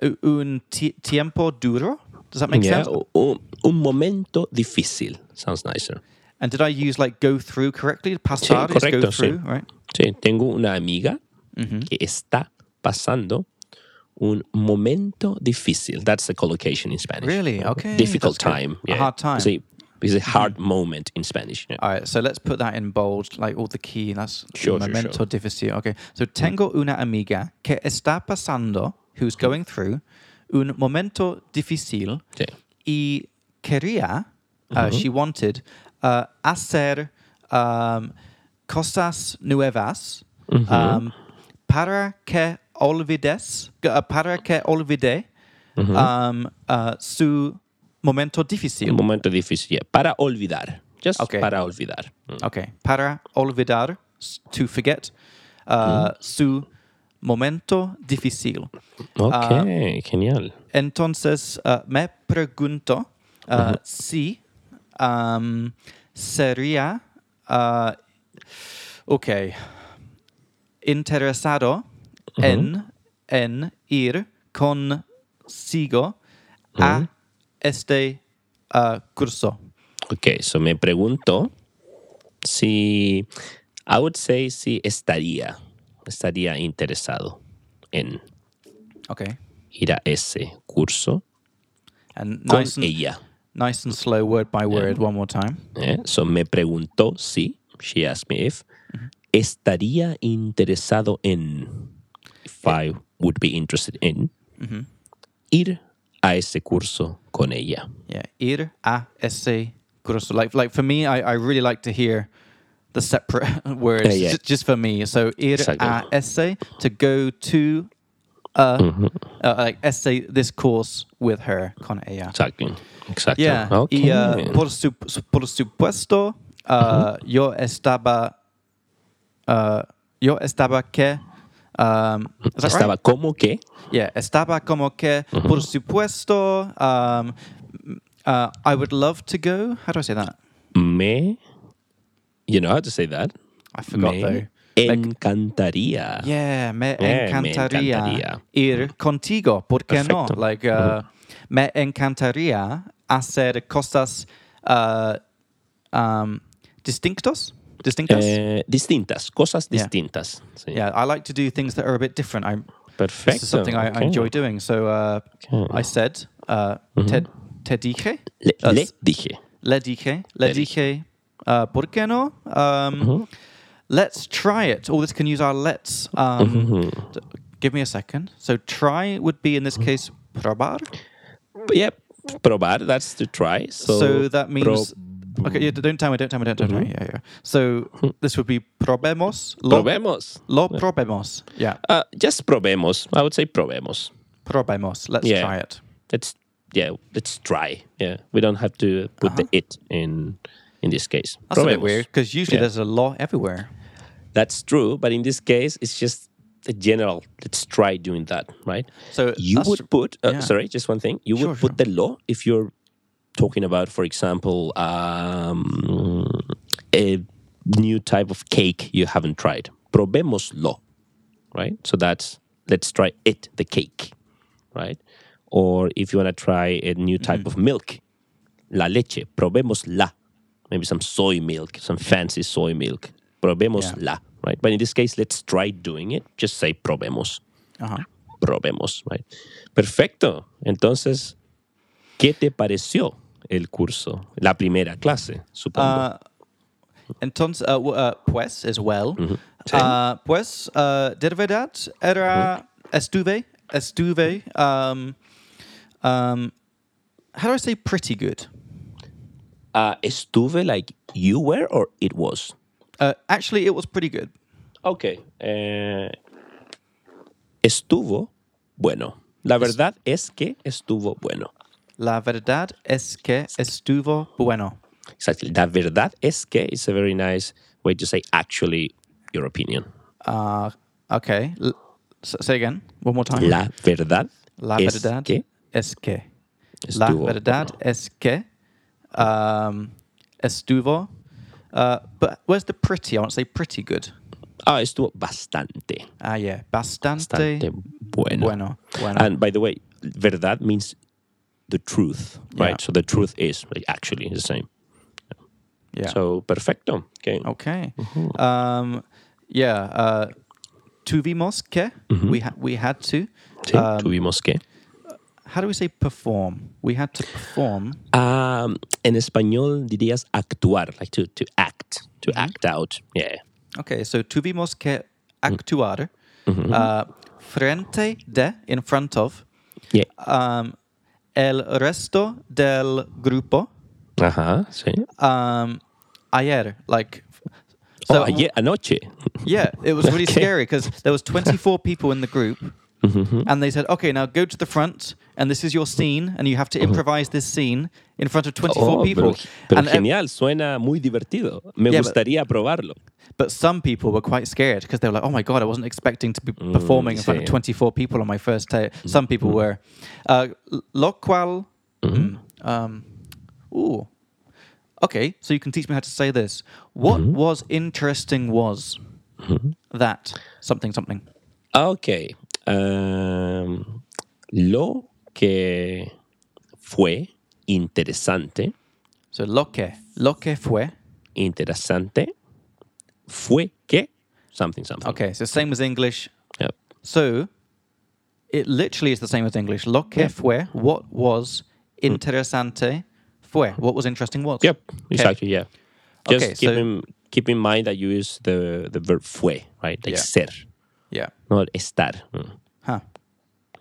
Speaker 1: u- un ti- tiempo duro. Does that make
Speaker 2: Yeah,
Speaker 1: sense?
Speaker 2: o- o- un momento difícil. Sounds nicer.
Speaker 1: And did I use like go through correctly?
Speaker 2: Sí,
Speaker 1: Pasar is
Speaker 2: correcto,
Speaker 1: go
Speaker 2: sí.
Speaker 1: through, right?
Speaker 2: Sí, tengo una amiga que está pasando un momento difícil. That's the collocation in Spanish.
Speaker 1: Really? Okay,
Speaker 2: Difficult
Speaker 1: that's good.
Speaker 2: time.
Speaker 1: A
Speaker 2: yeah.
Speaker 1: hard time. Ah.
Speaker 2: Sí, it's a hard moment in Spanish. yeah.
Speaker 1: All right, so let's put that in bold, like all the key. That's
Speaker 2: Sure, sure,
Speaker 1: momento
Speaker 2: sure.
Speaker 1: difícil. Okay, so tengo una amiga que está pasando, who's going through, un momento difícil,
Speaker 2: Sí. Uh-huh.
Speaker 1: y quería, uh, she wanted, uh, hacer um, cosas nuevas
Speaker 2: Mm-hmm.
Speaker 1: um, para que olvides, uh, para que olvide
Speaker 2: Mm-hmm.
Speaker 1: um, uh, su momento difícil.
Speaker 2: Un momento difícil. yeah. Para olvidar. Just
Speaker 1: Okay. Ah.
Speaker 2: para olvidar. Mm.
Speaker 1: Okay. Para olvidar, s- to forget, uh, su momento difícil.
Speaker 2: Ok, genial.
Speaker 1: Entonces, uh, me pregunto uh, si um, sería, uh, ok, interesado en, en ir consigo a este uh, curso.
Speaker 2: Ok, so me pregunto si. I would say si estaría. Estaría interesado en
Speaker 1: Okay.
Speaker 2: ir a ese curso
Speaker 1: And
Speaker 2: con
Speaker 1: nice and,
Speaker 2: ella.
Speaker 1: nice and slow, word by word, one more time.
Speaker 2: ¿eh? So me preguntó si, she asked me if, estaría interesado en, if
Speaker 1: Eh.
Speaker 2: I would be interested in, ir a ese curso con ella.
Speaker 1: Yeah, ir a ese curso. Like, like for me, I, I really like to hear the separate words
Speaker 2: yeah.
Speaker 1: ju- just for me. So, ir a
Speaker 2: Exactly.
Speaker 1: ese, to go to a,
Speaker 2: Mm-hmm.
Speaker 1: uh, like ese, this course with her, con ella.
Speaker 2: Exacto. Exacto.
Speaker 1: Yeah,
Speaker 2: Ok.
Speaker 1: y uh, por, su, por supuesto, uh,
Speaker 2: Mm-hmm.
Speaker 1: yo estaba, uh, yo estaba que, um, is that right?
Speaker 2: Estaba como que,
Speaker 1: Yeah, estaba como que, por supuesto, um, uh, I would love to go. How do I say that?
Speaker 2: me, you know how to say that,
Speaker 1: I forgot
Speaker 2: me
Speaker 1: though.
Speaker 2: encantaría.
Speaker 1: Yeah, me
Speaker 2: me
Speaker 1: encantaría,
Speaker 2: encantaría.
Speaker 1: ir contigo. ¿Por qué no?
Speaker 2: Perfecto.
Speaker 1: Like, uh, me encantaría hacer cosas uh, um, distintos. Distintas?
Speaker 2: Eh, distintas, cosas
Speaker 1: Yeah.
Speaker 2: distintas. Sí.
Speaker 1: yeah, I like to do things that are a bit different. I'm,
Speaker 2: Perfecto.
Speaker 1: this is something I, I
Speaker 2: ok.
Speaker 1: enjoy doing. So uh, I said, uh, te, te dije.
Speaker 2: Le-
Speaker 1: Uh,
Speaker 2: le dije.
Speaker 1: Le dije, le
Speaker 2: Le
Speaker 1: dije, uh, ¿por qué no? Um,
Speaker 2: Mm-hmm.
Speaker 1: Let's try it. All this can use our let's. Um,
Speaker 2: Mm-hmm.
Speaker 1: d- give me a second. So try would be in this case probar.
Speaker 2: yeah, probar. That's to try. So,
Speaker 1: So, that means. okay, yeah, don't tell me, don't tell me, don't tell me.
Speaker 2: Mm-hmm.
Speaker 1: Yeah, yeah. So
Speaker 2: Hmm.
Speaker 1: this would be probemos. Lo,
Speaker 2: probemos.
Speaker 1: lo probemos. Yeah,
Speaker 2: Uh, just probemos. I would say probemos.
Speaker 1: probemos. Let's
Speaker 2: Yeah.
Speaker 1: try it.
Speaker 2: Let's yeah, let's try. Yeah, we don't have to put the it in in this case.
Speaker 1: Uh-huh. That's a bit
Speaker 2: Probemos.
Speaker 1: weird because usually
Speaker 2: Yeah.
Speaker 1: there's a law everywhere.
Speaker 2: That's true, but in this case, it's just the general. Let's try doing that, right?
Speaker 1: So
Speaker 2: you
Speaker 1: that's tr-
Speaker 2: would put. Uh,
Speaker 1: yeah.
Speaker 2: Sorry, just one thing. You
Speaker 1: Sure,
Speaker 2: would put the law if you're talking about, for example, um, a new type of cake you haven't tried. Probemos lo, right? So that's let's try it, the cake, right? Or if you want to try a new type
Speaker 1: Mm-hmm.
Speaker 2: of milk, la leche, probemos la. Maybe some soy milk, some fancy soy milk. Probemos
Speaker 1: Yeah.
Speaker 2: la, right? But in this case, let's try doing it. Just say probemos.
Speaker 1: Uh-huh.
Speaker 2: Probemos, right? Perfecto. Entonces, ¿qué te pareció el curso? La primera clase, supongo.
Speaker 1: Entonces, uh, w- uh, pues as well.
Speaker 2: Sí.
Speaker 1: Uh, pues, uh, de verdad, era,
Speaker 2: Mm-hmm.
Speaker 1: estuve, estuve, um, um, how do I say pretty good?
Speaker 2: Ah, estuve like you were or it was?
Speaker 1: Uh, actually, it was pretty good.
Speaker 2: Ok. eh, estuvo bueno. La verdad es que estuvo bueno.
Speaker 1: La verdad es que estuvo bueno.
Speaker 2: Exactly. La verdad es que is a very nice way to say actually your opinion.
Speaker 1: Uh, okay. L- s- say again, one more time.
Speaker 2: La verdad
Speaker 1: La
Speaker 2: es
Speaker 1: verdad
Speaker 2: que
Speaker 1: es que. La
Speaker 2: Estuvo,
Speaker 1: verdad
Speaker 2: ¿no?
Speaker 1: es que. Um, estuvo. Uh, but where's the pretty? I want to say pretty good.
Speaker 2: Ah, estuvo bastante.
Speaker 1: Ah, yeah. Bastante,
Speaker 2: Bastante bueno. Ah,
Speaker 1: bueno. Bueno.
Speaker 2: And by the way, verdad means the truth, right?
Speaker 1: Yeah.
Speaker 2: So the truth is like, actually the same.
Speaker 1: yeah. Oh.
Speaker 2: So Uh-huh. perfecto. Okay.
Speaker 1: Okay. Um, yeah. Uh, tuvimos que we ha- we had to.
Speaker 2: Mm-hmm. Sí,
Speaker 1: um,
Speaker 2: tuvimos que.
Speaker 1: how do we say perform? We had to perform.
Speaker 2: Um, en español dirías actuar, like to, to act, to
Speaker 1: Mm-hmm.
Speaker 2: act out. Yeah.
Speaker 1: Okay, so tuvimos que
Speaker 2: Mm.
Speaker 1: actuar
Speaker 2: Mm-hmm.
Speaker 1: uh, frente de in front of
Speaker 2: Yeah.
Speaker 1: um, el resto del grupo
Speaker 2: Ajá, sí.
Speaker 1: um, ayer. Like
Speaker 2: So,
Speaker 1: so,
Speaker 2: Oh, ayer, anoche.
Speaker 1: Yeah, it was really
Speaker 2: Okay.
Speaker 1: scary because there was 24 people in the group,
Speaker 2: Mm-hmm.
Speaker 1: and they said, "Okay, now go to the front, and this is your scene, and you have to improvise this scene in front of 24
Speaker 2: Mm-hmm. Oh,
Speaker 1: people."
Speaker 2: pero, pero
Speaker 1: and, uh,
Speaker 2: genial, suena muy divertido. Me
Speaker 1: Yeah, but-
Speaker 2: gustaría probarlo.
Speaker 1: but some people were quite scared because they were like, "Oh my god, I wasn't expecting to be
Speaker 2: Mm,
Speaker 1: performing in front of
Speaker 2: sí.
Speaker 1: 24 people on my first day." Some people
Speaker 2: Mm-hmm.
Speaker 1: were. Uh, lo cual, mm, um, ooh, okay. So you can teach me how to say this. What
Speaker 2: Mm-hmm.
Speaker 1: was interesting was that something something.
Speaker 2: Ok. Um, lo que fue interesante,
Speaker 1: So lo que, lo que fue.
Speaker 2: interesante, fue que something, something.
Speaker 1: Okay, so same as English.
Speaker 2: Yep.
Speaker 1: So it literally is the same as English. Lo que fue, what was interesante fue, what was interesting was.
Speaker 2: Yep,
Speaker 1: Okay.
Speaker 2: exactly. Yeah. Just
Speaker 1: Okay,
Speaker 2: keep,
Speaker 1: so-
Speaker 2: in, keep in mind that you use the, the verb fue, right? Like
Speaker 1: Yeah.
Speaker 2: ser,
Speaker 1: Yeah.
Speaker 2: not estar. Mm.
Speaker 1: Huh.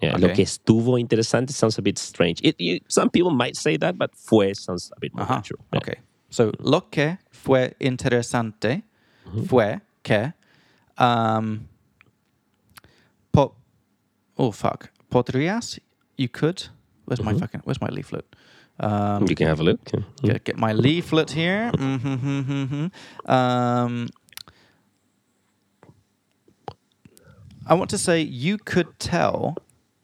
Speaker 2: Yeah, Lo
Speaker 1: Okay.
Speaker 2: que estuvo interesante sounds a bit strange. It, you, some people might say that, but fue sounds a bit more
Speaker 1: Uh-huh.
Speaker 2: natural. Yeah.
Speaker 1: Okay. So lo que fue interesante
Speaker 2: Mm-hmm.
Speaker 1: fue que um po- oh fuck. Podrías you could where's
Speaker 2: Mm-hmm.
Speaker 1: my fucking where's my leaflet? Um
Speaker 2: You can have a look.
Speaker 1: Get, get my leaflet here. Mm-hmm, um, I want to say you could tell.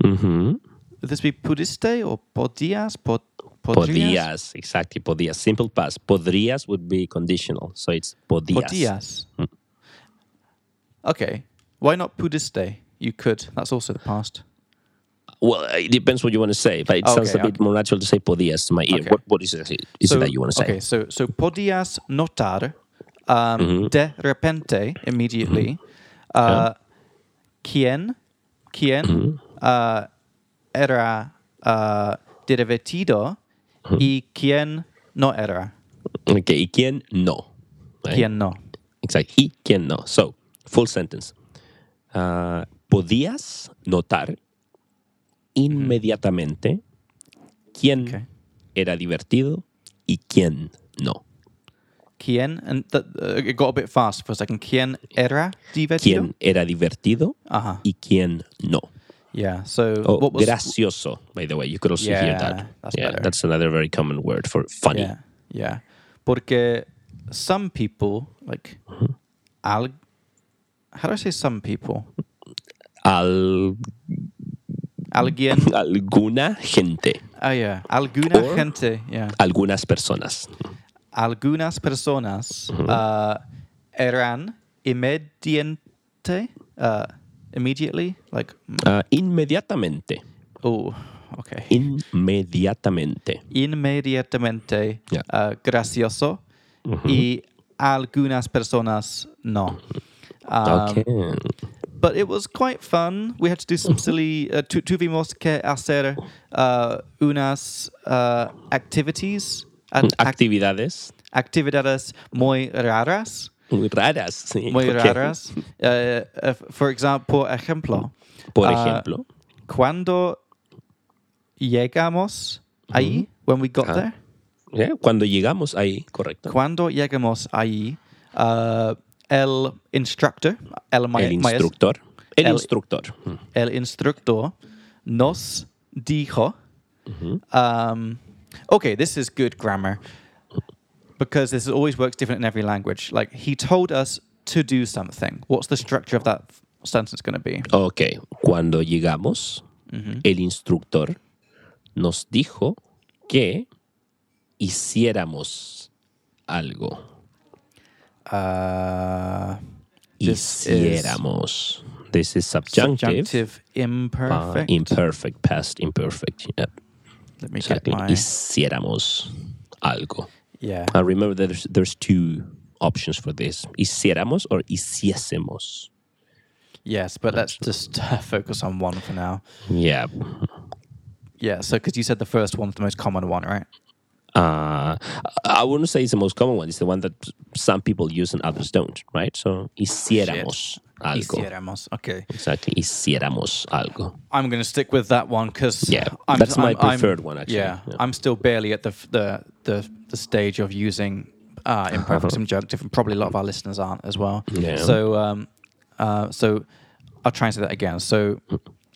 Speaker 2: Mm-hmm.
Speaker 1: Would this be pudiste or podias? Pod, podrias?
Speaker 2: Podías, exactly. Podías. Simple past. Podrías would be conditional. So it's podías.
Speaker 1: Podias. Okay. Why not pudiste? You could. That's also the past.
Speaker 2: Well, it depends what you want to say, but it sounds a
Speaker 1: Okay,
Speaker 2: bit more natural to say podías to my ear.
Speaker 1: Okay.
Speaker 2: What, what is it, is it that you want to say?
Speaker 1: Okay, so so podias notar um,
Speaker 2: Mm-hmm.
Speaker 1: de repente immediately uh, quien quien
Speaker 2: Mm-hmm.
Speaker 1: uh, era uh, divertido
Speaker 2: Mm-hmm.
Speaker 1: y quien no era
Speaker 2: Okay, ¿y quién no? Right?
Speaker 1: quien no.
Speaker 2: Exactly. ¿Y quién no? So, full sentence. Uh, podías notar inmediatamente quién
Speaker 1: Okay.
Speaker 2: era divertido y quién no.
Speaker 1: Quien and th- uh, it got a bit fast for a second. Quien era divertido.
Speaker 2: Quién era divertido
Speaker 1: Ajá.
Speaker 2: y quién no.
Speaker 1: Yeah. So
Speaker 2: Oh,
Speaker 1: what was
Speaker 2: gracioso, by the way. You could also hear
Speaker 1: Yeah,
Speaker 2: that.
Speaker 1: that's
Speaker 2: yeah,
Speaker 1: better.
Speaker 2: that's another very common word for funny.
Speaker 1: Yeah, yeah. Porque some people, like,
Speaker 2: Hmm.
Speaker 1: al, how do I say some people?
Speaker 2: Al-
Speaker 1: Alguien.
Speaker 2: alguna gente,
Speaker 1: Oh, yeah. Alguna
Speaker 2: Or-
Speaker 1: gente. Yeah.
Speaker 2: algunas personas.
Speaker 1: Algunas personas
Speaker 2: Mm-hmm.
Speaker 1: uh, eran inmediente, uh, immediately, like, mm,
Speaker 2: Ah, inmediatamente.
Speaker 1: oh, okay.
Speaker 2: Inmediatamente.
Speaker 1: Inmediatamente
Speaker 2: Yeah. Mm-hmm.
Speaker 1: uh, gracioso y algunas personas no. Um,
Speaker 2: okay.
Speaker 1: but it was quite fun. We had to do
Speaker 2: Mm-hmm.
Speaker 1: some silly uh, tu- tuvimos que hacer uh, unas uh, activities
Speaker 2: Mm,
Speaker 1: and ac-
Speaker 2: Actividades
Speaker 1: actividades muy raras,
Speaker 2: muy raras. sí,
Speaker 1: muy
Speaker 2: porque,
Speaker 1: raras. Uh, uh, for example, por ejemplo,
Speaker 2: Por
Speaker 1: uh,
Speaker 2: ejemplo,
Speaker 1: cuando llegamos ahí, when we got
Speaker 2: Ah.
Speaker 1: there,
Speaker 2: yeah, cuando llegamos ahí, correcto.
Speaker 1: cuando llegamos ahí, uh, el instructor, el, ma-
Speaker 2: el
Speaker 1: maes-
Speaker 2: instructor. El,
Speaker 1: el-
Speaker 2: instructor. Mm.
Speaker 1: el instructor nos dijo. Um, okay, this is good grammar because this always works different in every language. Like he told us to do something. What's the structure of that f- sentence going to be?
Speaker 2: Ok, cuando llegamos, el instructor nos dijo que hiciéramos algo.
Speaker 1: Uh, This is-
Speaker 2: Hiciéramos. This is subjunctive.
Speaker 1: subjunctive imperfect.
Speaker 2: uh, imperfect, past imperfect. Yeah,
Speaker 1: Let me
Speaker 2: exactly.
Speaker 1: get my.
Speaker 2: Hiciéramos algo.
Speaker 1: Yeah.
Speaker 2: I remember that there's, there's two options for this. Hiciéramos or hiciésemos.
Speaker 1: Yes, but let's just uh, focus on one for now.
Speaker 2: Yeah.
Speaker 1: Yeah. So, because you said the first one's the most common one, right?
Speaker 2: Uh, I wouldn't say it's the most common one. It's the one that some people use and others don't, right? So, hiciéramos algo.
Speaker 1: Hiciéramos. Okay.
Speaker 2: Exactly. Hiciéramos algo.
Speaker 1: I'm going to stick with that one because
Speaker 2: Yeah, that's my preferred one, actually.
Speaker 1: Yeah,
Speaker 2: Yeah.
Speaker 1: I'm still barely at the f- the the, the stage of using uh, imperfect subjunctive, and probably a lot of our listeners aren't as well.
Speaker 2: Yeah.
Speaker 1: So um, uh, so I'll try and say that again. So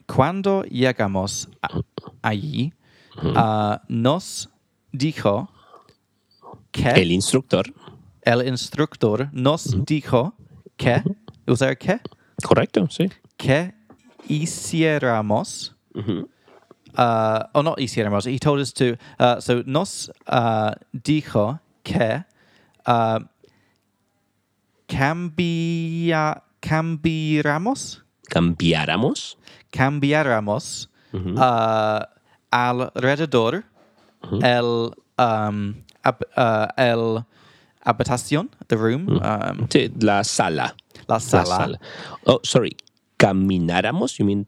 Speaker 1: cuando llegamos a- allí,
Speaker 2: Mm-hmm.
Speaker 1: uh, nos dijo que
Speaker 2: El instructor,
Speaker 1: el instructor nos
Speaker 2: Mm-hmm.
Speaker 1: dijo que was there a que
Speaker 2: correcto, sí.
Speaker 1: que hiciéramos. Uh, or not hiciéramos. He told us to. Uh, so nos uh, dijo que uh, cambia, cambiáramos,
Speaker 2: Cambiáramos
Speaker 1: cambiáramos uh, alrededor el um, hab- uh, el habitación, the room, um,
Speaker 2: Sí, la sala.
Speaker 1: la
Speaker 2: La
Speaker 1: sala.
Speaker 2: sala. Oh, sorry. Camináramos, you mean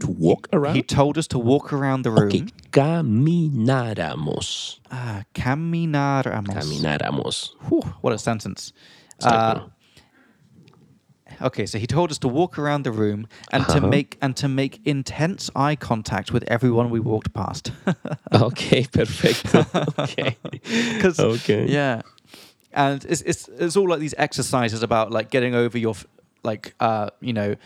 Speaker 2: to walk around?
Speaker 1: He told us to walk around the room.
Speaker 2: Okay. Camináramos.
Speaker 1: Ah, camináramos.
Speaker 2: Camináramos.
Speaker 1: Whew, what a sentence.
Speaker 2: Exactly.
Speaker 1: Uh, okay, so he told us to walk around the room and to
Speaker 2: Uh-huh.
Speaker 1: make and to make intense eye contact with everyone we walked past.
Speaker 2: Ok, perfecto. Okay.
Speaker 1: 'Cause-
Speaker 2: Okay.
Speaker 1: yeah, and it's, it's it's all like these exercises about like getting over your f- like uh you know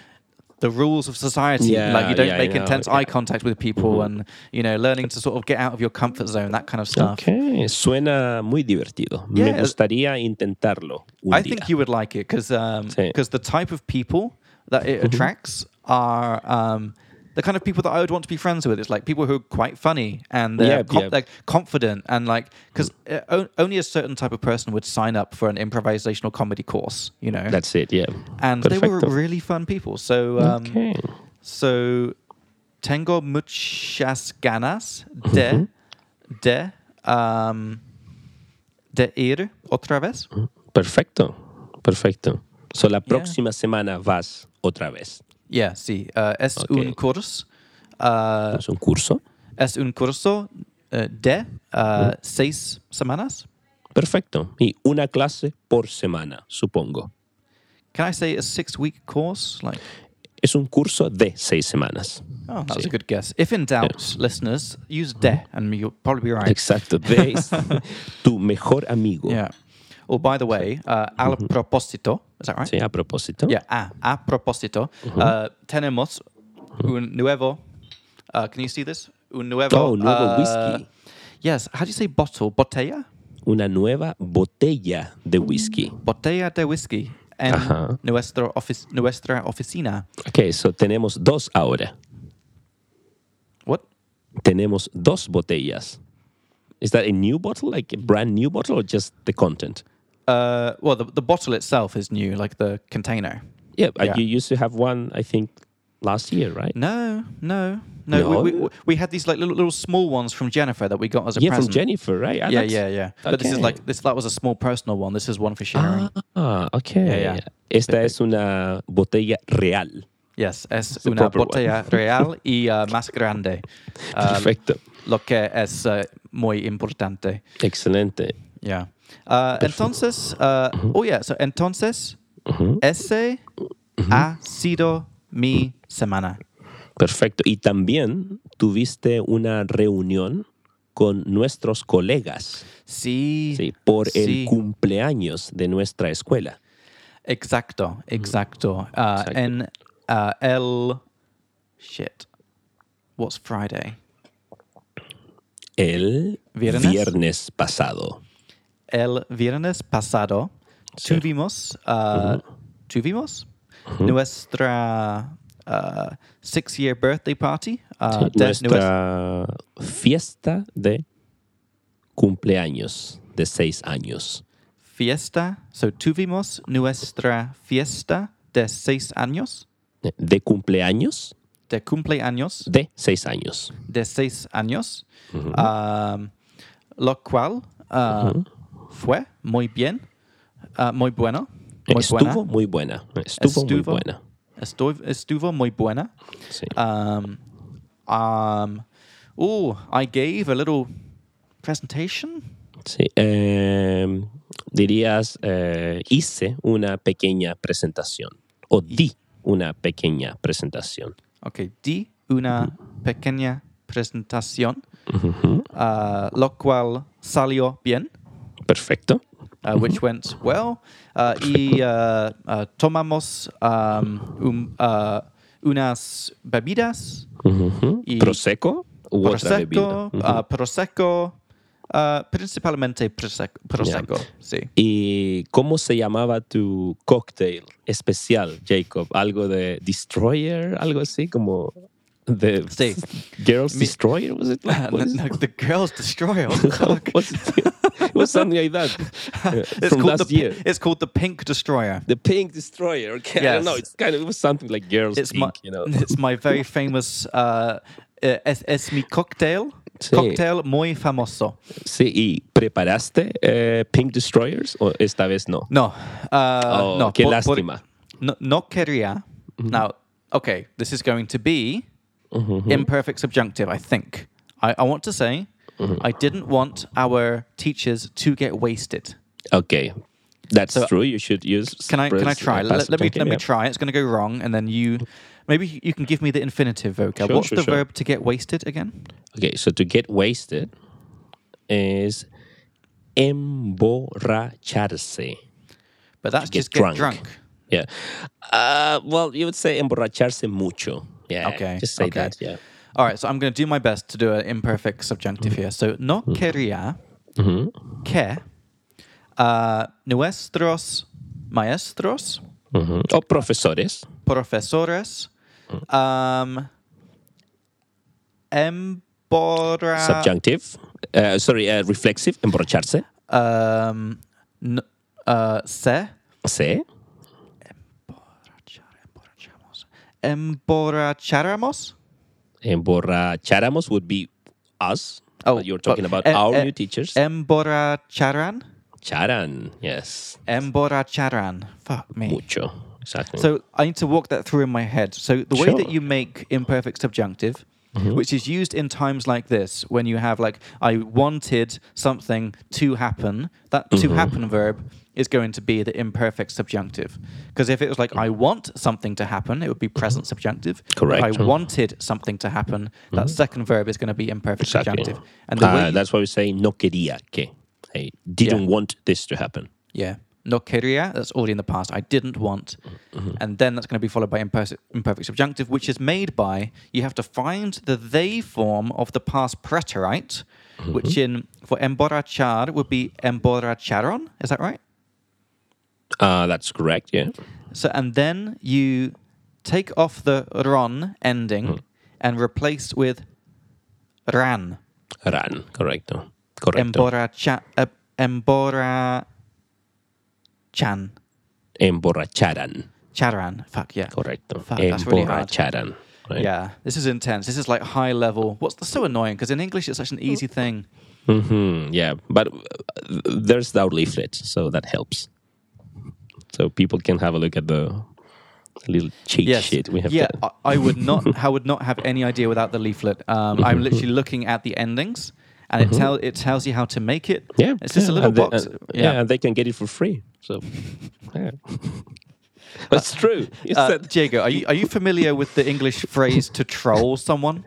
Speaker 1: the rules of society
Speaker 2: Yeah,
Speaker 1: like you don't
Speaker 2: yeah,
Speaker 1: make
Speaker 2: yeah, Mm-hmm.
Speaker 1: intense
Speaker 2: yeah.
Speaker 1: eye contact with people and you know learning to sort of get out of your comfort zone that kind of stuff
Speaker 2: Ok, suena muy divertido. Me
Speaker 1: Yeah.
Speaker 2: gustaría intentarlo un
Speaker 1: I
Speaker 2: día.
Speaker 1: think you would like it because
Speaker 2: Sí.
Speaker 1: the type of people that
Speaker 2: Mm-hmm.
Speaker 1: it attracts are um, the kind of people that I would want to be friends with. It's like people who are quite funny and they're
Speaker 2: Yep,
Speaker 1: com-
Speaker 2: yep.
Speaker 1: like confident and like because
Speaker 2: Mm.
Speaker 1: only a certain type of person would sign up for an improvisational comedy course, you know.
Speaker 2: That's it, yeah.
Speaker 1: and they
Speaker 2: Perfecto.
Speaker 1: were really fun people. So um,
Speaker 2: Okay.
Speaker 1: so tengo muchas ganas de
Speaker 2: Mm-hmm.
Speaker 1: de um, de ir otra vez.
Speaker 2: Perfecto, perfecto. So, la próxima semana vas otra vez.
Speaker 1: Yeah, sí. Uh, es un
Speaker 2: Ok.
Speaker 1: curso. uh,
Speaker 2: ¿Es un curso?
Speaker 1: es un curso uh, de uh, seis semanas.
Speaker 2: Perfecto. Y una clase por semana, supongo.
Speaker 1: Can I say a six week course? Like,
Speaker 2: Es un curso de seis semanas.
Speaker 1: oh, that was
Speaker 2: Sí. Uh-huh.
Speaker 1: a good guess. If in doubt, listeners, use de, and you'll probably be right.
Speaker 2: Exacto. De tu mejor amigo.
Speaker 1: Yeah. Or by the way, uh, al propósito, is that right?
Speaker 2: Mm-hmm. Sí, Uh-huh. a propósito.
Speaker 1: Yeah, ah, a propósito, uh, tenemos un nuevo. Uh, can you see this? Un nuevo.
Speaker 2: Uh-huh. Oh, nuevo
Speaker 1: uh,
Speaker 2: whisky.
Speaker 1: Yes. How do you say bottle? Botella?
Speaker 2: Una nueva botella de whisky.
Speaker 1: botella de whisky en
Speaker 2: Ajá.
Speaker 1: nuestro ofic- nuestra oficina.
Speaker 2: Ok, so tenemos dos ahora.
Speaker 1: What?
Speaker 2: Tenemos dos botellas. Is that a new bottle, like a brand new bottle, or just the content?
Speaker 1: Uh, well, the, the bottle itself is new, like the container.
Speaker 2: Yeah, uh,
Speaker 1: Yeah. Mm,
Speaker 2: you used to have one, I think, last year, right?
Speaker 1: No, no, no. We, we,
Speaker 2: No?
Speaker 1: we had these like little, little small ones from Jennifer that we got as a
Speaker 2: yeah,
Speaker 1: present.
Speaker 2: from Jennifer, right? Ah,
Speaker 1: Yeah,
Speaker 2: that's-
Speaker 1: yeah, yeah. But this is
Speaker 2: Okay.
Speaker 1: like this. That was a small personal one. This is one for sharing.
Speaker 2: Ah, okay.
Speaker 1: Yeah, yeah.
Speaker 2: Esta es una botella real.
Speaker 1: yes, es
Speaker 2: a
Speaker 1: una
Speaker 2: proper one.
Speaker 1: botella real y uh, más grande. Um,
Speaker 2: Perfecto.
Speaker 1: lo que es uh, muy importante.
Speaker 2: Excelente.
Speaker 1: Yeah. Uh, entonces, uh,
Speaker 2: Uh-huh.
Speaker 1: oh yeah, so entonces, ese
Speaker 2: Uh-huh.
Speaker 1: ha sido mi semana.
Speaker 2: Perfecto. Y también tuviste una reunión con nuestros colegas
Speaker 1: Sí.
Speaker 2: ¿sí? por
Speaker 1: sí.
Speaker 2: el cumpleaños de nuestra escuela.
Speaker 1: Exacto, exacto. Uh,
Speaker 2: Uh-huh. Exacto.
Speaker 1: En uh, el. Shit. What's Friday?
Speaker 2: El
Speaker 1: Viernes.
Speaker 2: viernes pasado.
Speaker 1: El viernes pasado
Speaker 2: Sí. Uh-huh.
Speaker 1: tuvimos. Uh, ¿Tuvimos? Nuestra uh, six year birthday party
Speaker 2: Sí,
Speaker 1: uh, de nuestra-
Speaker 2: nuestra fiesta de cumpleaños de seis años.
Speaker 1: fiesta. So tuvimos nuestra fiesta de seis años,
Speaker 2: Eh, De cumpleaños
Speaker 1: de cumpleaños
Speaker 2: de seis años.
Speaker 1: de seis años, um, lo cual uh, fue muy bien, uh, muy bueno,
Speaker 2: Eh,
Speaker 1: muy
Speaker 2: Estuvo
Speaker 1: buena.
Speaker 2: muy buena. Estuvo, muy
Speaker 1: Estuvo.
Speaker 2: buena.
Speaker 1: Estuvo, estuvo muy buena.
Speaker 2: Sí.
Speaker 1: Um, um, oh, I gave a little presentation.
Speaker 2: Sí, eh, dirías, eh, hice una pequeña presentación o di una pequeña presentación.
Speaker 1: Ok, di una pequeña presentación, uh, lo cual salió bien,
Speaker 2: Perfecto.
Speaker 1: uh,
Speaker 2: Mm-hmm.
Speaker 1: which went well. Uh, y uh, uh, tomamos um, un- uh, unas bebidas,
Speaker 2: Ujú.
Speaker 1: Y-
Speaker 2: Prosecco u otra bebida.
Speaker 1: prosecco, uh, prosecco, uh, principalmente prosec- prosecco, sí.
Speaker 2: ¿Y cómo se llamaba tu cóctel especial, Jacob? ¿Algo de Destroyer? ¿Algo así? Como de
Speaker 1: Sí.
Speaker 2: Girls
Speaker 1: Mi-
Speaker 2: Destroyer? Was it like, what is-
Speaker 1: No, the girls destroy all the
Speaker 2: how
Speaker 1: fuck.
Speaker 2: was it? It was something like that uh,
Speaker 1: It's
Speaker 2: from
Speaker 1: called, the,
Speaker 2: last year.
Speaker 1: pi- it's called the Pink Destroyer.
Speaker 2: The Pink Destroyer. Okay, I don't
Speaker 1: Yes.
Speaker 2: know. It's kind of it was something like girls
Speaker 1: It's
Speaker 2: pink,
Speaker 1: my,
Speaker 2: you know.
Speaker 1: it's my very famous. Uh, eh, es, es mi cocktail.
Speaker 2: Sí.
Speaker 1: Cocktail muy famoso.
Speaker 2: Sí, ¿y preparaste eh, Pink Destroyers o esta vez no?
Speaker 1: No, uh,
Speaker 2: Oh,
Speaker 1: no.
Speaker 2: qué
Speaker 1: por- por-
Speaker 2: lástima.
Speaker 1: no, no quería. Now, okay, this is going to be imperfect subjunctive. I think. I, I want to say, I didn't want our teachers to get wasted.
Speaker 2: Okay. That's
Speaker 1: So-
Speaker 2: true. You should use
Speaker 1: Can I can I
Speaker 2: press-
Speaker 1: try?
Speaker 2: uh,
Speaker 1: Let,
Speaker 2: passive
Speaker 1: let me
Speaker 2: thinking,
Speaker 1: let me
Speaker 2: yeah.
Speaker 1: try. It's going to go wrong, and then you maybe you can give me the infinitive vocab.
Speaker 2: Sure,
Speaker 1: What's
Speaker 2: sure,
Speaker 1: the
Speaker 2: sure.
Speaker 1: verb to get wasted again?
Speaker 2: Okay, so to get wasted is emborracharse.
Speaker 1: But that's
Speaker 2: Get
Speaker 1: just get drunk.
Speaker 2: Yeah. Uh, well, you would say emborracharse mucho. Yeah.
Speaker 1: Okay,
Speaker 2: Just say
Speaker 1: okay.
Speaker 2: that. Yeah.
Speaker 1: All right, so I'm going to do my best to do an imperfect subjunctive here. So no quería que uh, nuestros maestros
Speaker 2: Mhm. O profesores.
Speaker 1: profesores um, embora
Speaker 2: subjunctive. Uh, sorry, uh, reflexive. Emborracharse.
Speaker 1: um, n- uh, se
Speaker 2: Sí.
Speaker 1: emborrachamos emborracháramos.
Speaker 2: Emborracháramos would be us.
Speaker 1: Oh,
Speaker 2: you're talking
Speaker 1: but-
Speaker 2: about
Speaker 1: eh,
Speaker 2: our
Speaker 1: eh,
Speaker 2: new teachers.
Speaker 1: emborracharan
Speaker 2: Charan, yes,
Speaker 1: emborracharan fuck me
Speaker 2: mucho, exactly.
Speaker 1: So I need to walk that through in my head. So the way that
Speaker 2: Sure. Mm-hmm.
Speaker 1: you make imperfect subjunctive, which is used in times like this, when you have like I wanted something to happen, that
Speaker 2: Mm-hmm.
Speaker 1: to happen verb is going to be the imperfect subjunctive. Because if it was like I want something to happen, it would be present subjunctive. If
Speaker 2: Mm-hmm. Correct. Mm-hmm.
Speaker 1: I wanted something to happen, that second verb is going to be imperfect
Speaker 2: exactly.
Speaker 1: subjunctive. And the
Speaker 2: Uh,
Speaker 1: way you-
Speaker 2: that's why we say no quería que. I didn't
Speaker 1: Yeah.
Speaker 2: want this to happen.
Speaker 1: Yeah. No quería, that's already in the past. I didn't want. And then that's going to be followed by imperfect, imperfect subjunctive, which is made by, you have to find the they form of the past preterite, which in, for emborrachar would be emborracharon. Is that right?
Speaker 2: Uh, that's correct. Yeah.
Speaker 1: So, and then you take off the ron ending and replace with ran.
Speaker 2: Ran. Correcto. Correcto.
Speaker 1: Emborracha, uh, emborrachan.
Speaker 2: Emborracharan.
Speaker 1: Charan. Fuck yeah.
Speaker 2: Correcto.
Speaker 1: Fuck, that's really hard.
Speaker 2: Emborracharan. right?
Speaker 1: Yeah, this is intense. This is like high level. What's the, so annoying? Because in English, it's such an easy thing.
Speaker 2: Mhm, yeah. But uh, there's our leaflet, so that helps. So people can have a look at the little cheat
Speaker 1: Yes,
Speaker 2: sheet we have.
Speaker 1: yeah.
Speaker 2: there.
Speaker 1: I, I would not. I would not have any idea without the leaflet.
Speaker 2: Mm-hmm,
Speaker 1: Um, I'm literally looking at the endings, and it tells it tells you how to make it.
Speaker 2: Yeah,
Speaker 1: it's just
Speaker 2: yeah,
Speaker 1: a little
Speaker 2: and they-
Speaker 1: box.
Speaker 2: and- yeah.
Speaker 1: yeah.
Speaker 2: and they can get it for free. So, yeah. that's true. You
Speaker 1: Uh,
Speaker 2: said,
Speaker 1: Diego, are you are you familiar with the English phrase to troll someone?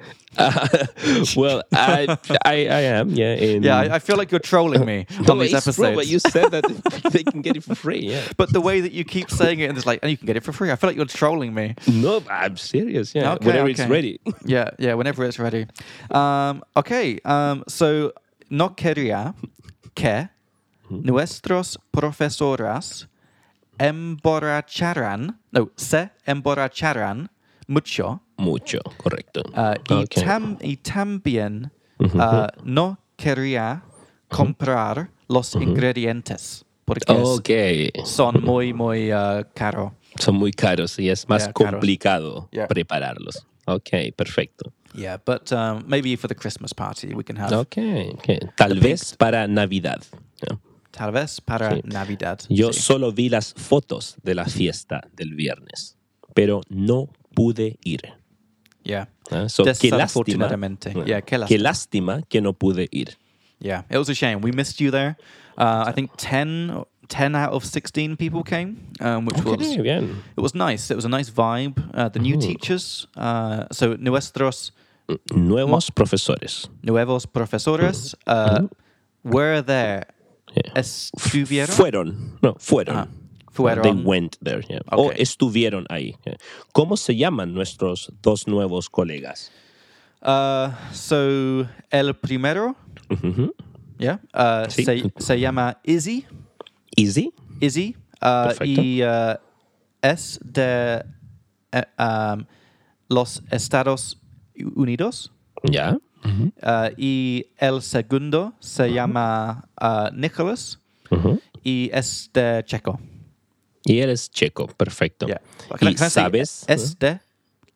Speaker 2: well, I, I, I am. Yeah, in,
Speaker 1: Yeah, I, I feel like you're trolling me on
Speaker 2: No,
Speaker 1: these
Speaker 2: it's true, but
Speaker 1: episodes.
Speaker 2: you said that they can get it for free. Yeah.
Speaker 1: but the way that you keep saying it, and it's like, and you can get it for free. I feel like you're trolling me.
Speaker 2: No, but I'm serious. Yeah,
Speaker 1: Okay,
Speaker 2: whenever it's
Speaker 1: okay.
Speaker 2: ready.
Speaker 1: yeah, yeah, whenever it's ready. Um, okay, um, so no quería que nuestros profesoras emborracharan, no, se emborracharan mucho.
Speaker 2: Mucho, correcto.
Speaker 1: Uh, y,
Speaker 2: Ok.
Speaker 1: tam- y también
Speaker 2: Mm-hmm.
Speaker 1: uh, no quería comprar los
Speaker 2: Mm-hmm.
Speaker 1: ingredientes porque es-
Speaker 2: Ok.
Speaker 1: son muy, muy uh, caro.
Speaker 2: Son muy caros y es más
Speaker 1: Yeah, caros.
Speaker 2: complicado
Speaker 1: Yeah.
Speaker 2: prepararlos. Ok, perfecto.
Speaker 1: Yeah, but um, maybe for the Christmas party we can have
Speaker 2: Ok, ok. Tal vez para Navidad. ¿no?
Speaker 1: tal vez para
Speaker 2: Sí.
Speaker 1: Navidad.
Speaker 2: Yo
Speaker 1: sí.
Speaker 2: solo vi las fotos de la fiesta del viernes, pero no pude ir.
Speaker 1: Yeah.
Speaker 2: ¿no? So, qué lástima,
Speaker 1: Desafortunadamente.
Speaker 2: Bueno,
Speaker 1: Yeah, qué
Speaker 2: qué
Speaker 1: lástima.
Speaker 2: lástima que no pude ir.
Speaker 1: Yeah, it was a shame. We missed you there. Uh, I think 10, 10 out of 16 people came, um, which was
Speaker 2: Ok, bien.
Speaker 1: it was nice. It was a nice vibe. Uh, the new teachers, uh, so nuestros
Speaker 2: Nuevos profesores.
Speaker 1: nuevos profesores uh, were there.
Speaker 2: Mm-hmm. Yeah.
Speaker 1: Estuvieron.
Speaker 2: Fueron. No, fueron.
Speaker 1: Ah, fueron.
Speaker 2: They went there. yeah. O
Speaker 1: Ok.
Speaker 2: estuvieron ahí. yeah. ¿Cómo se llaman nuestros dos nuevos colegas?
Speaker 1: Uh, so el primero,
Speaker 2: Ujú.
Speaker 1: yeah, uh,
Speaker 2: Sí.
Speaker 1: se, se llama Izzy.
Speaker 2: Easy.
Speaker 1: Izzy uh,
Speaker 2: Perfecto.
Speaker 1: y uh, es de eh, um, los Estados Unidos.
Speaker 2: Ya.
Speaker 1: Uh, y el segundo se llama uh, Nicholas
Speaker 2: Ujú.
Speaker 1: y es de Checo.
Speaker 2: Y eres checo. Perfecto.
Speaker 1: Yeah.
Speaker 2: ¿Y sabes? ¿Eh?
Speaker 1: Es de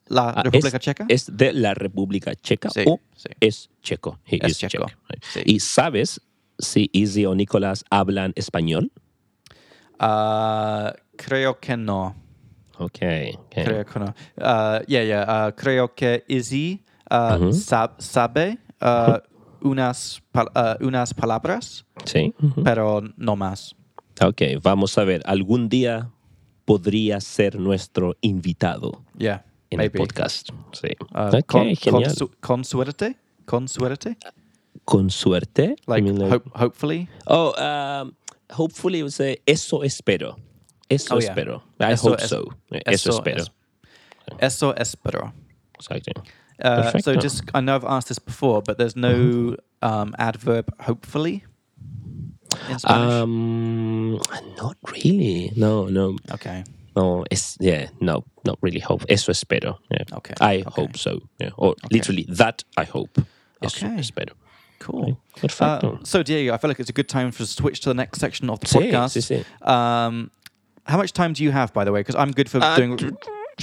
Speaker 1: la
Speaker 2: Ah,
Speaker 1: República
Speaker 2: es,
Speaker 1: Checa.
Speaker 2: ¿Es de la República Checa
Speaker 1: Sí,
Speaker 2: o
Speaker 1: sí.
Speaker 2: es checo? He
Speaker 1: Es
Speaker 2: is
Speaker 1: checo,
Speaker 2: Czech, right.
Speaker 1: sí.
Speaker 2: ¿Y sabes si Izzy o Nicolás hablan español?
Speaker 1: Uh, creo que no.
Speaker 2: Ok. ok.
Speaker 1: Creo que no. Uh, yeah, yeah. Uh, creo que Izzy uh, sab- sabe uh, unas, pal- uh, unas palabras,
Speaker 2: Sí. ujú.
Speaker 1: pero no más.
Speaker 2: Ok, vamos a ver. Algún día podría ser nuestro invitado
Speaker 1: Yeah,
Speaker 2: en
Speaker 1: maybe.
Speaker 2: el podcast. Sí.
Speaker 1: Uh, con,
Speaker 2: ok,
Speaker 1: con,
Speaker 2: genial.
Speaker 1: su- con suerte. Con suerte.
Speaker 2: Con suerte. I
Speaker 1: Like,
Speaker 2: mean, like-
Speaker 1: hope, hopefully.
Speaker 2: Oh, um, hopefully, it was a- eso espero. Eso
Speaker 1: Oh, yeah.
Speaker 2: espero. I
Speaker 1: Eso
Speaker 2: hope
Speaker 1: es-
Speaker 2: so. Eso, espero.
Speaker 1: es- eso espero.
Speaker 2: Exacto.
Speaker 1: Uh, so
Speaker 2: Perfecto. Mm-hmm.
Speaker 1: just, I know I've asked this before, but there's no um, adverb hopefully
Speaker 2: Uh,
Speaker 1: in Spanish.
Speaker 2: Um, not really. No, no,
Speaker 1: okay.
Speaker 2: no. It's yeah, no, not really. Hope eso espero. Yeah.
Speaker 1: Okay,
Speaker 2: I
Speaker 1: okay.
Speaker 2: hope so. Yeah. Or literally that I hope. Eso
Speaker 1: Okay.
Speaker 2: espero.
Speaker 1: Cool.
Speaker 2: Perfecto.
Speaker 1: Uh, so Diego, I feel like it's a good time for us to switch to the next section of the
Speaker 2: Sí,
Speaker 1: podcast.
Speaker 2: sí,
Speaker 1: Um, how much time do you have, by the way? Because I'm good for
Speaker 2: Uh,
Speaker 1: doing.
Speaker 2: t-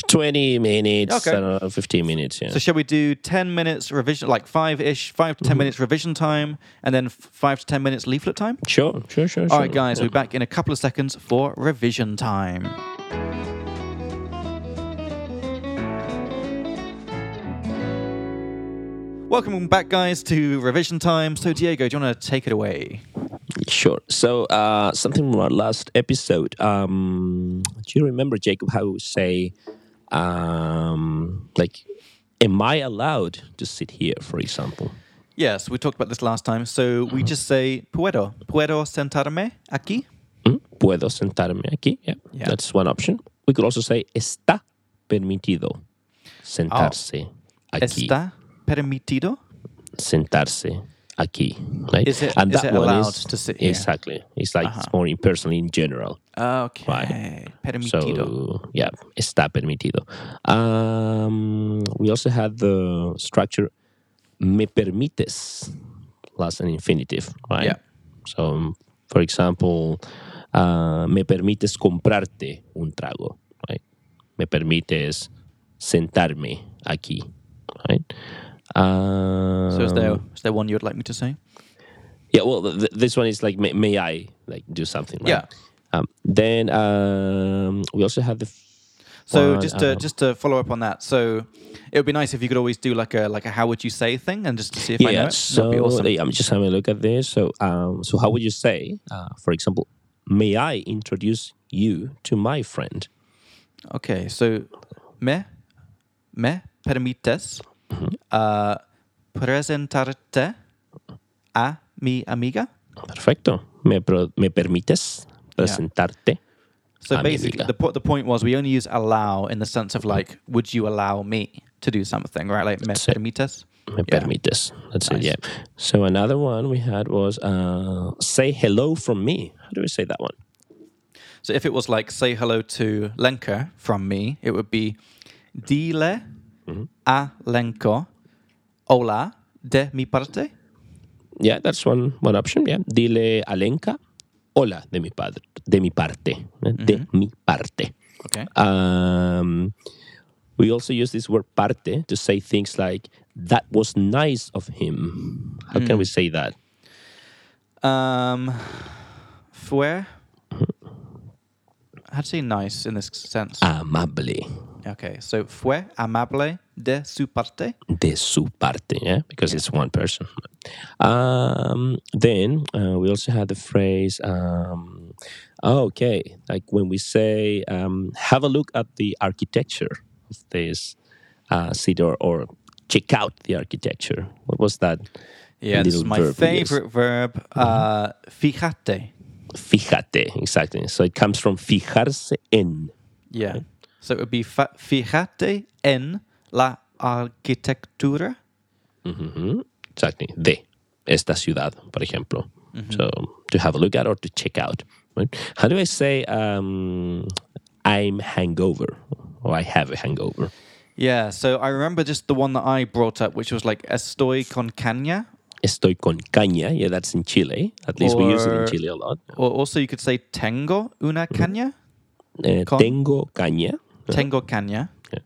Speaker 2: Twenty minutes.
Speaker 1: Okay.
Speaker 2: I don't know, Fifteen minutes. Yeah.
Speaker 1: so shall we do ten minutes revision, like five ish, five
Speaker 2: Mm-hmm.
Speaker 1: to ten minutes revision time, and then f- five to ten minutes leaflet time?
Speaker 2: sure. Sure. Sure.
Speaker 1: All
Speaker 2: sure.
Speaker 1: right, guys, we're back in a couple of seconds for revision time. Welcome back, guys, to revision time. So, Diego, do you want to take it away?
Speaker 2: Sure. So uh, something from our last episode. Um, do you remember Jacob how we say, um, like, am I allowed to sit here? For example.
Speaker 1: Yes, we talked about this last time. So
Speaker 2: Mm-hmm.
Speaker 1: we just say puedo, puedo sentarme aquí.
Speaker 2: Mm, Puedo sentarme aquí. Yeah,
Speaker 1: Yeah.
Speaker 2: That's one option. We could also say está permitido sentarse aquí.
Speaker 1: Oh. Está permitido.
Speaker 2: Sentarse aquí. Right?
Speaker 1: Is it- is it allowed to sit here? Uh-huh.
Speaker 2: Exactly. It's like it's more impersonal in general.
Speaker 1: Ah, Okay, permitido.
Speaker 2: So yeah, está permitido. Um, we also had the structure me permites plus an infinitive, right?
Speaker 1: Yeah.
Speaker 2: So um, for example, uh, me permites comprarte un trago, right? Me permites sentarme aquí, right? Uh,
Speaker 1: So, is there is there one you would like me to say?
Speaker 2: yeah, well, th- th- this one is like, may, may I like do something? Right?
Speaker 1: Yeah.
Speaker 2: Um, then um, we also have the.
Speaker 1: So
Speaker 2: one,
Speaker 1: just to,
Speaker 2: um,
Speaker 1: just to follow up on that, so it would be nice if you could always do like a like a how would you say thing and just to see if I know
Speaker 2: yeah.
Speaker 1: it.
Speaker 2: So
Speaker 1: That'd be awesome.
Speaker 2: yeah, I'm just having a look at this. So um, so how would you say, uh, for example, may I introduce you to my friend?
Speaker 1: Okay, so me me permites
Speaker 2: Mm-hmm.
Speaker 1: uh, presentarte a mi amiga.
Speaker 2: Perfecto. Me pro- me permites presentarte.
Speaker 1: So
Speaker 2: Amiga.
Speaker 1: basically, the, po- the point was we only use allow in the sense of like, would you allow me to do something, right? Like, me
Speaker 2: That's it.
Speaker 1: permites?
Speaker 2: Me
Speaker 1: Yeah.
Speaker 2: permites. That's
Speaker 1: Nice.
Speaker 2: it. Yeah. So another one we had was uh, say hello from me. How do we say that one?
Speaker 1: So if it was like, say hello to Lenka from me, it would be Dile a Lenko hola de mi parte.
Speaker 2: Yeah, that's one one option. Yeah. Dile a Lenka, hola de mi padre, de mi parte, eh,
Speaker 1: Mm-hmm.
Speaker 2: de mi parte.
Speaker 1: Okay.
Speaker 2: Um, we also use this word parte to say things like that was nice of him. How can
Speaker 1: Hmm.
Speaker 2: we say that?
Speaker 1: Um, fue. How to say nice in this sense?
Speaker 2: Ah. Amable
Speaker 1: Okay, so fue amable de su parte.
Speaker 2: de su parte, yeah, because it's one person. Um, then uh, we also had the phrase, um, okay, like when we say, um, have a look at the architecture of this uh, city or, or check out the architecture. What was that?
Speaker 1: Yeah, this is
Speaker 2: little
Speaker 1: my
Speaker 2: verb we used?
Speaker 1: favorite verb. Uh, fíjate.
Speaker 2: Fíjate, exactly. So it comes from fijarse en.
Speaker 1: Yeah. So it would be fa- fíjate en la arquitectura.
Speaker 2: Mhm. Exactly. De esta ciudad, por ejemplo. So to have a look at or to check out. right? How do I say um, I'm hangover or I have a hangover?
Speaker 1: Yeah, so I remember just the one that I brought up, which was like estoy con caña.
Speaker 2: Estoy con caña. Yeah, that's in Chile. At least we use it in
Speaker 1: Or-
Speaker 2: Chile a lot.
Speaker 1: Or also you could say tengo una
Speaker 2: Mm-hmm.
Speaker 1: caña.
Speaker 2: Eh,
Speaker 1: con-
Speaker 2: tengo caña.
Speaker 1: Tengo caña.
Speaker 2: Yeah.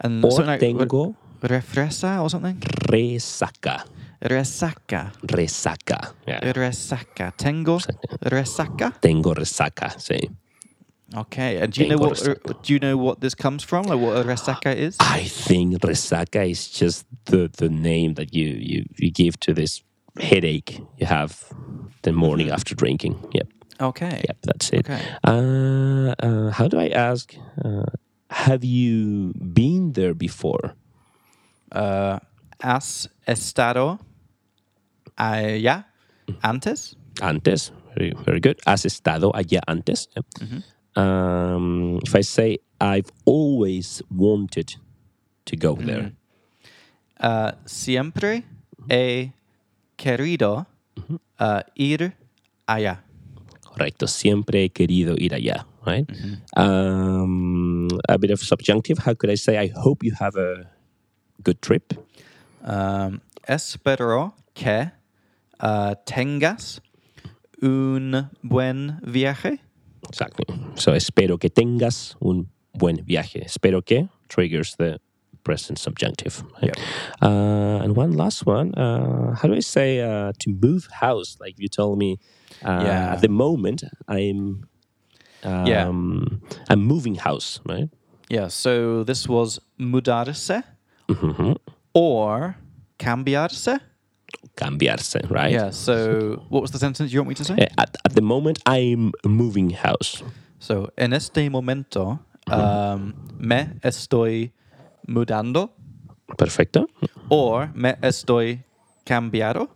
Speaker 1: And
Speaker 2: Or
Speaker 1: something like re-
Speaker 2: tengo
Speaker 1: refresa or something.
Speaker 2: resaca.
Speaker 1: Resaca.
Speaker 2: Resaca.
Speaker 1: Eh.
Speaker 2: Yeah.
Speaker 1: Resaca. Tengo resaca.
Speaker 2: Tengo resaca. Sí.
Speaker 1: Okay, and do you know
Speaker 2: Tengo
Speaker 1: what? uh, Do you know what this comes from? Like what a resaca is?
Speaker 2: I think resaca is just the, the name that you, you, you give to this headache you have the morning after drinking. Yep,
Speaker 1: Okay.
Speaker 2: yep, that's it.
Speaker 1: Okay.
Speaker 2: Uh, uh, how do I ask? Uh, have you been there before?
Speaker 1: Uh, has estado allá
Speaker 2: Mm.
Speaker 1: antes?
Speaker 2: Antes. Very, very good. Has estado allá antes? Yep. Um, if I say, I've always wanted to go there.
Speaker 1: Uh, siempre he querido uh, ir allá.
Speaker 2: Correcto. Siempre he querido ir allá, right? Um, a bit of subjunctive. How could I say? I hope you have a good trip.
Speaker 1: Um, espero que uh, tengas un buen viaje.
Speaker 2: Exactly. So espero que tengas un buen viaje. Espero que triggers the present subjunctive. right?
Speaker 1: Yep.
Speaker 2: Uh, and one last one. Uh, how do I say uh, to move house? Like you told me. Uh,
Speaker 1: Yeah.
Speaker 2: At the moment, I'm. Um,
Speaker 1: Yeah.
Speaker 2: I'm moving house, right?
Speaker 1: Yeah, so this was mudarse
Speaker 2: Mm-hmm.
Speaker 1: or cambiarse.
Speaker 2: Cambiarse, right?
Speaker 1: Yeah, so what was the sentence you want me to say?
Speaker 2: Eh, At, at the moment, I'm moving house.
Speaker 1: So, en este momento um, me estoy mudando
Speaker 2: Perfecto.
Speaker 1: or me estoy cambiado.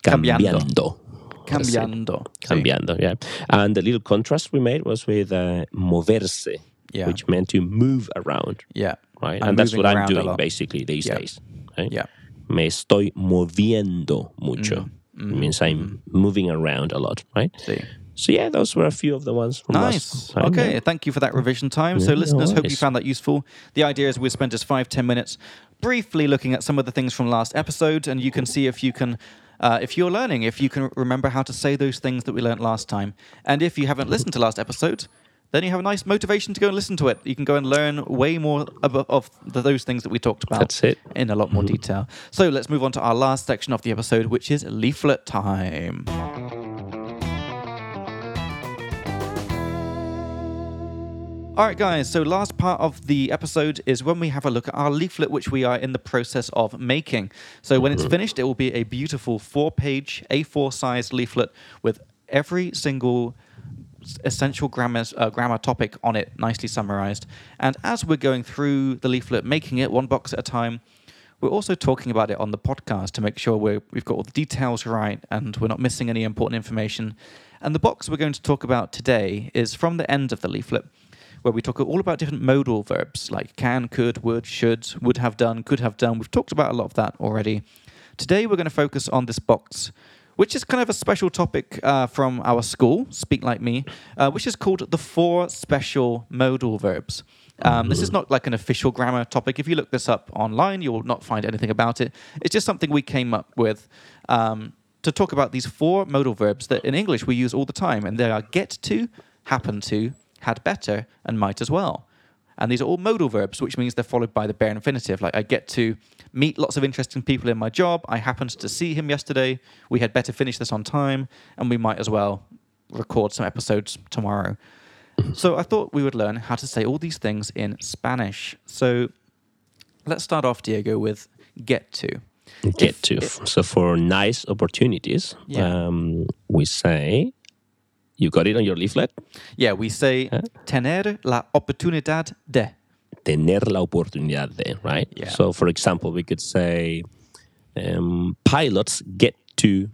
Speaker 2: Cambiando.
Speaker 1: Cambiando.
Speaker 2: Cambiando, yeah. And the little contrast we made was with uh, moverse,
Speaker 1: Yeah.
Speaker 2: which meant to move around,
Speaker 1: Yeah.
Speaker 2: right?
Speaker 1: I'm
Speaker 2: and that's
Speaker 1: moving
Speaker 2: what I'm
Speaker 1: around a
Speaker 2: doing
Speaker 1: lot.
Speaker 2: basically these
Speaker 1: Yeah.
Speaker 2: days. right?
Speaker 1: Yeah.
Speaker 2: Me estoy moviendo mucho.
Speaker 1: Mm-hmm.
Speaker 2: It means I'm moving around a lot, right?
Speaker 1: See.
Speaker 2: So, yeah, those were a few of the ones from
Speaker 1: Nice.
Speaker 2: last time.
Speaker 1: okay.
Speaker 2: yeah.
Speaker 1: Thank you for that revision time.
Speaker 2: Yeah,
Speaker 1: So,
Speaker 2: no
Speaker 1: listeners, hope you
Speaker 2: worries.
Speaker 1: found that useful. The idea is we'll spend just five, ten minutes briefly looking at some of the things from last episode, and you can see if you can. Uh, if you're learning, if you can remember how to say those things that we learnt last time. And if you haven't listened to last episode, then you have a nice motivation to go and listen to it. You can go and learn way more abo- of th those things that we talked about
Speaker 2: That's it. Mm-hmm.
Speaker 1: in a lot more detail. So let's move on to our last section of the episode, which is leaflet time. All right, guys. So, last part of the episode is when we have a look at our leaflet, which we are in the process of making. So, when it's finished, it will be a beautiful four page A4 size leaflet with every single s- essential grammar, uh, grammar topic on it, nicely summarized. And as we're going through the leaflet, making it one box at a time, we're also talking about it on the podcast to make sure we're, we've got all the details right and we're not missing any important information. And the box we're going to talk about today is from the end of the leaflet, where we talk all about different modal verbs like can, could, would, should, would have done, could have done. We've talked about a lot of that already. Today we're going to focus on this box, which is kind of a special topic uh, from our school, Speak Like Me, uh, which is called the four special modal verbs. Um, This is not like an official grammar topic. If you look this up online, you will not find anything about it. It's just something we came up with um, to talk about these four modal verbs that in English we use all the time, and they are get to, happen to, had better, and might as well. And these are all modal verbs, which means they're followed by the bare infinitive. Like, I get to meet lots of interesting people in my job. I happened to see him yesterday. We had better finish this on time, and we might as well record some episodes tomorrow. So, I thought we would learn how to say all these things in Spanish. So, let's start off, Diego, with get to.
Speaker 2: Get to. So for nice opportunities,
Speaker 1: Yeah.
Speaker 2: um, we say, you got it on your leaflet?
Speaker 1: Yeah, we say tener la oportunidad de.
Speaker 2: tener la oportunidad de, right?
Speaker 1: Yeah.
Speaker 2: So, for example, we could say um, pilots get to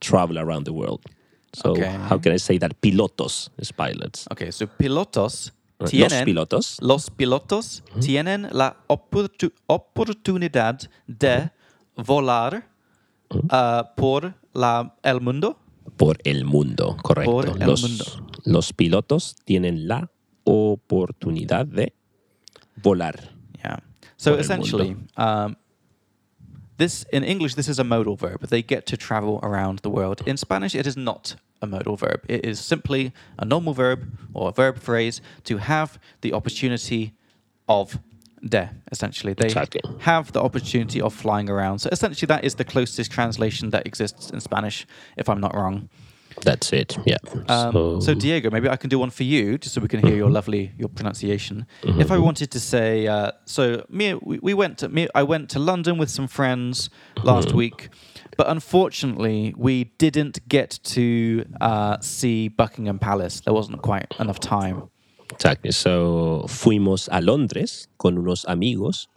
Speaker 2: travel around the world. So,
Speaker 1: Okay.
Speaker 2: how can I say that? Pilotos is pilots.
Speaker 1: Okay, so pilotos
Speaker 2: Los
Speaker 1: tienen
Speaker 2: pilotos.
Speaker 1: Los pilotos tienen la oportu- oportunidad de volar ah, por la, el mundo.
Speaker 2: Por el mundo, correcto.
Speaker 1: Por el
Speaker 2: los,
Speaker 1: mundo.
Speaker 2: los pilotos tienen la oportunidad de volar.
Speaker 1: Yeah. So
Speaker 2: Por el
Speaker 1: essentially, um, this in English this is a modal verb. They get to travel around the world. In Spanish, it is not a modal verb. It is simply a normal verb or a verb phrase to have the opportunity of de. Essentially, they
Speaker 2: Exactly.
Speaker 1: have the opportunity of flying around. So essentially, that is the closest translation that exists in Spanish, if I'm not wrong.
Speaker 2: That's it. Yeah.
Speaker 1: Um, so, Mm-hmm. Diego, maybe I can do one for you, just so we can hear your lovely your pronunciation. If I wanted to say, uh, so me, we, we went to me, I went to London with some friends last week, but unfortunately we didn't get to uh, see Buckingham Palace. There wasn't quite enough time.
Speaker 2: Exactly. So fuimos a Londres con unos amigos,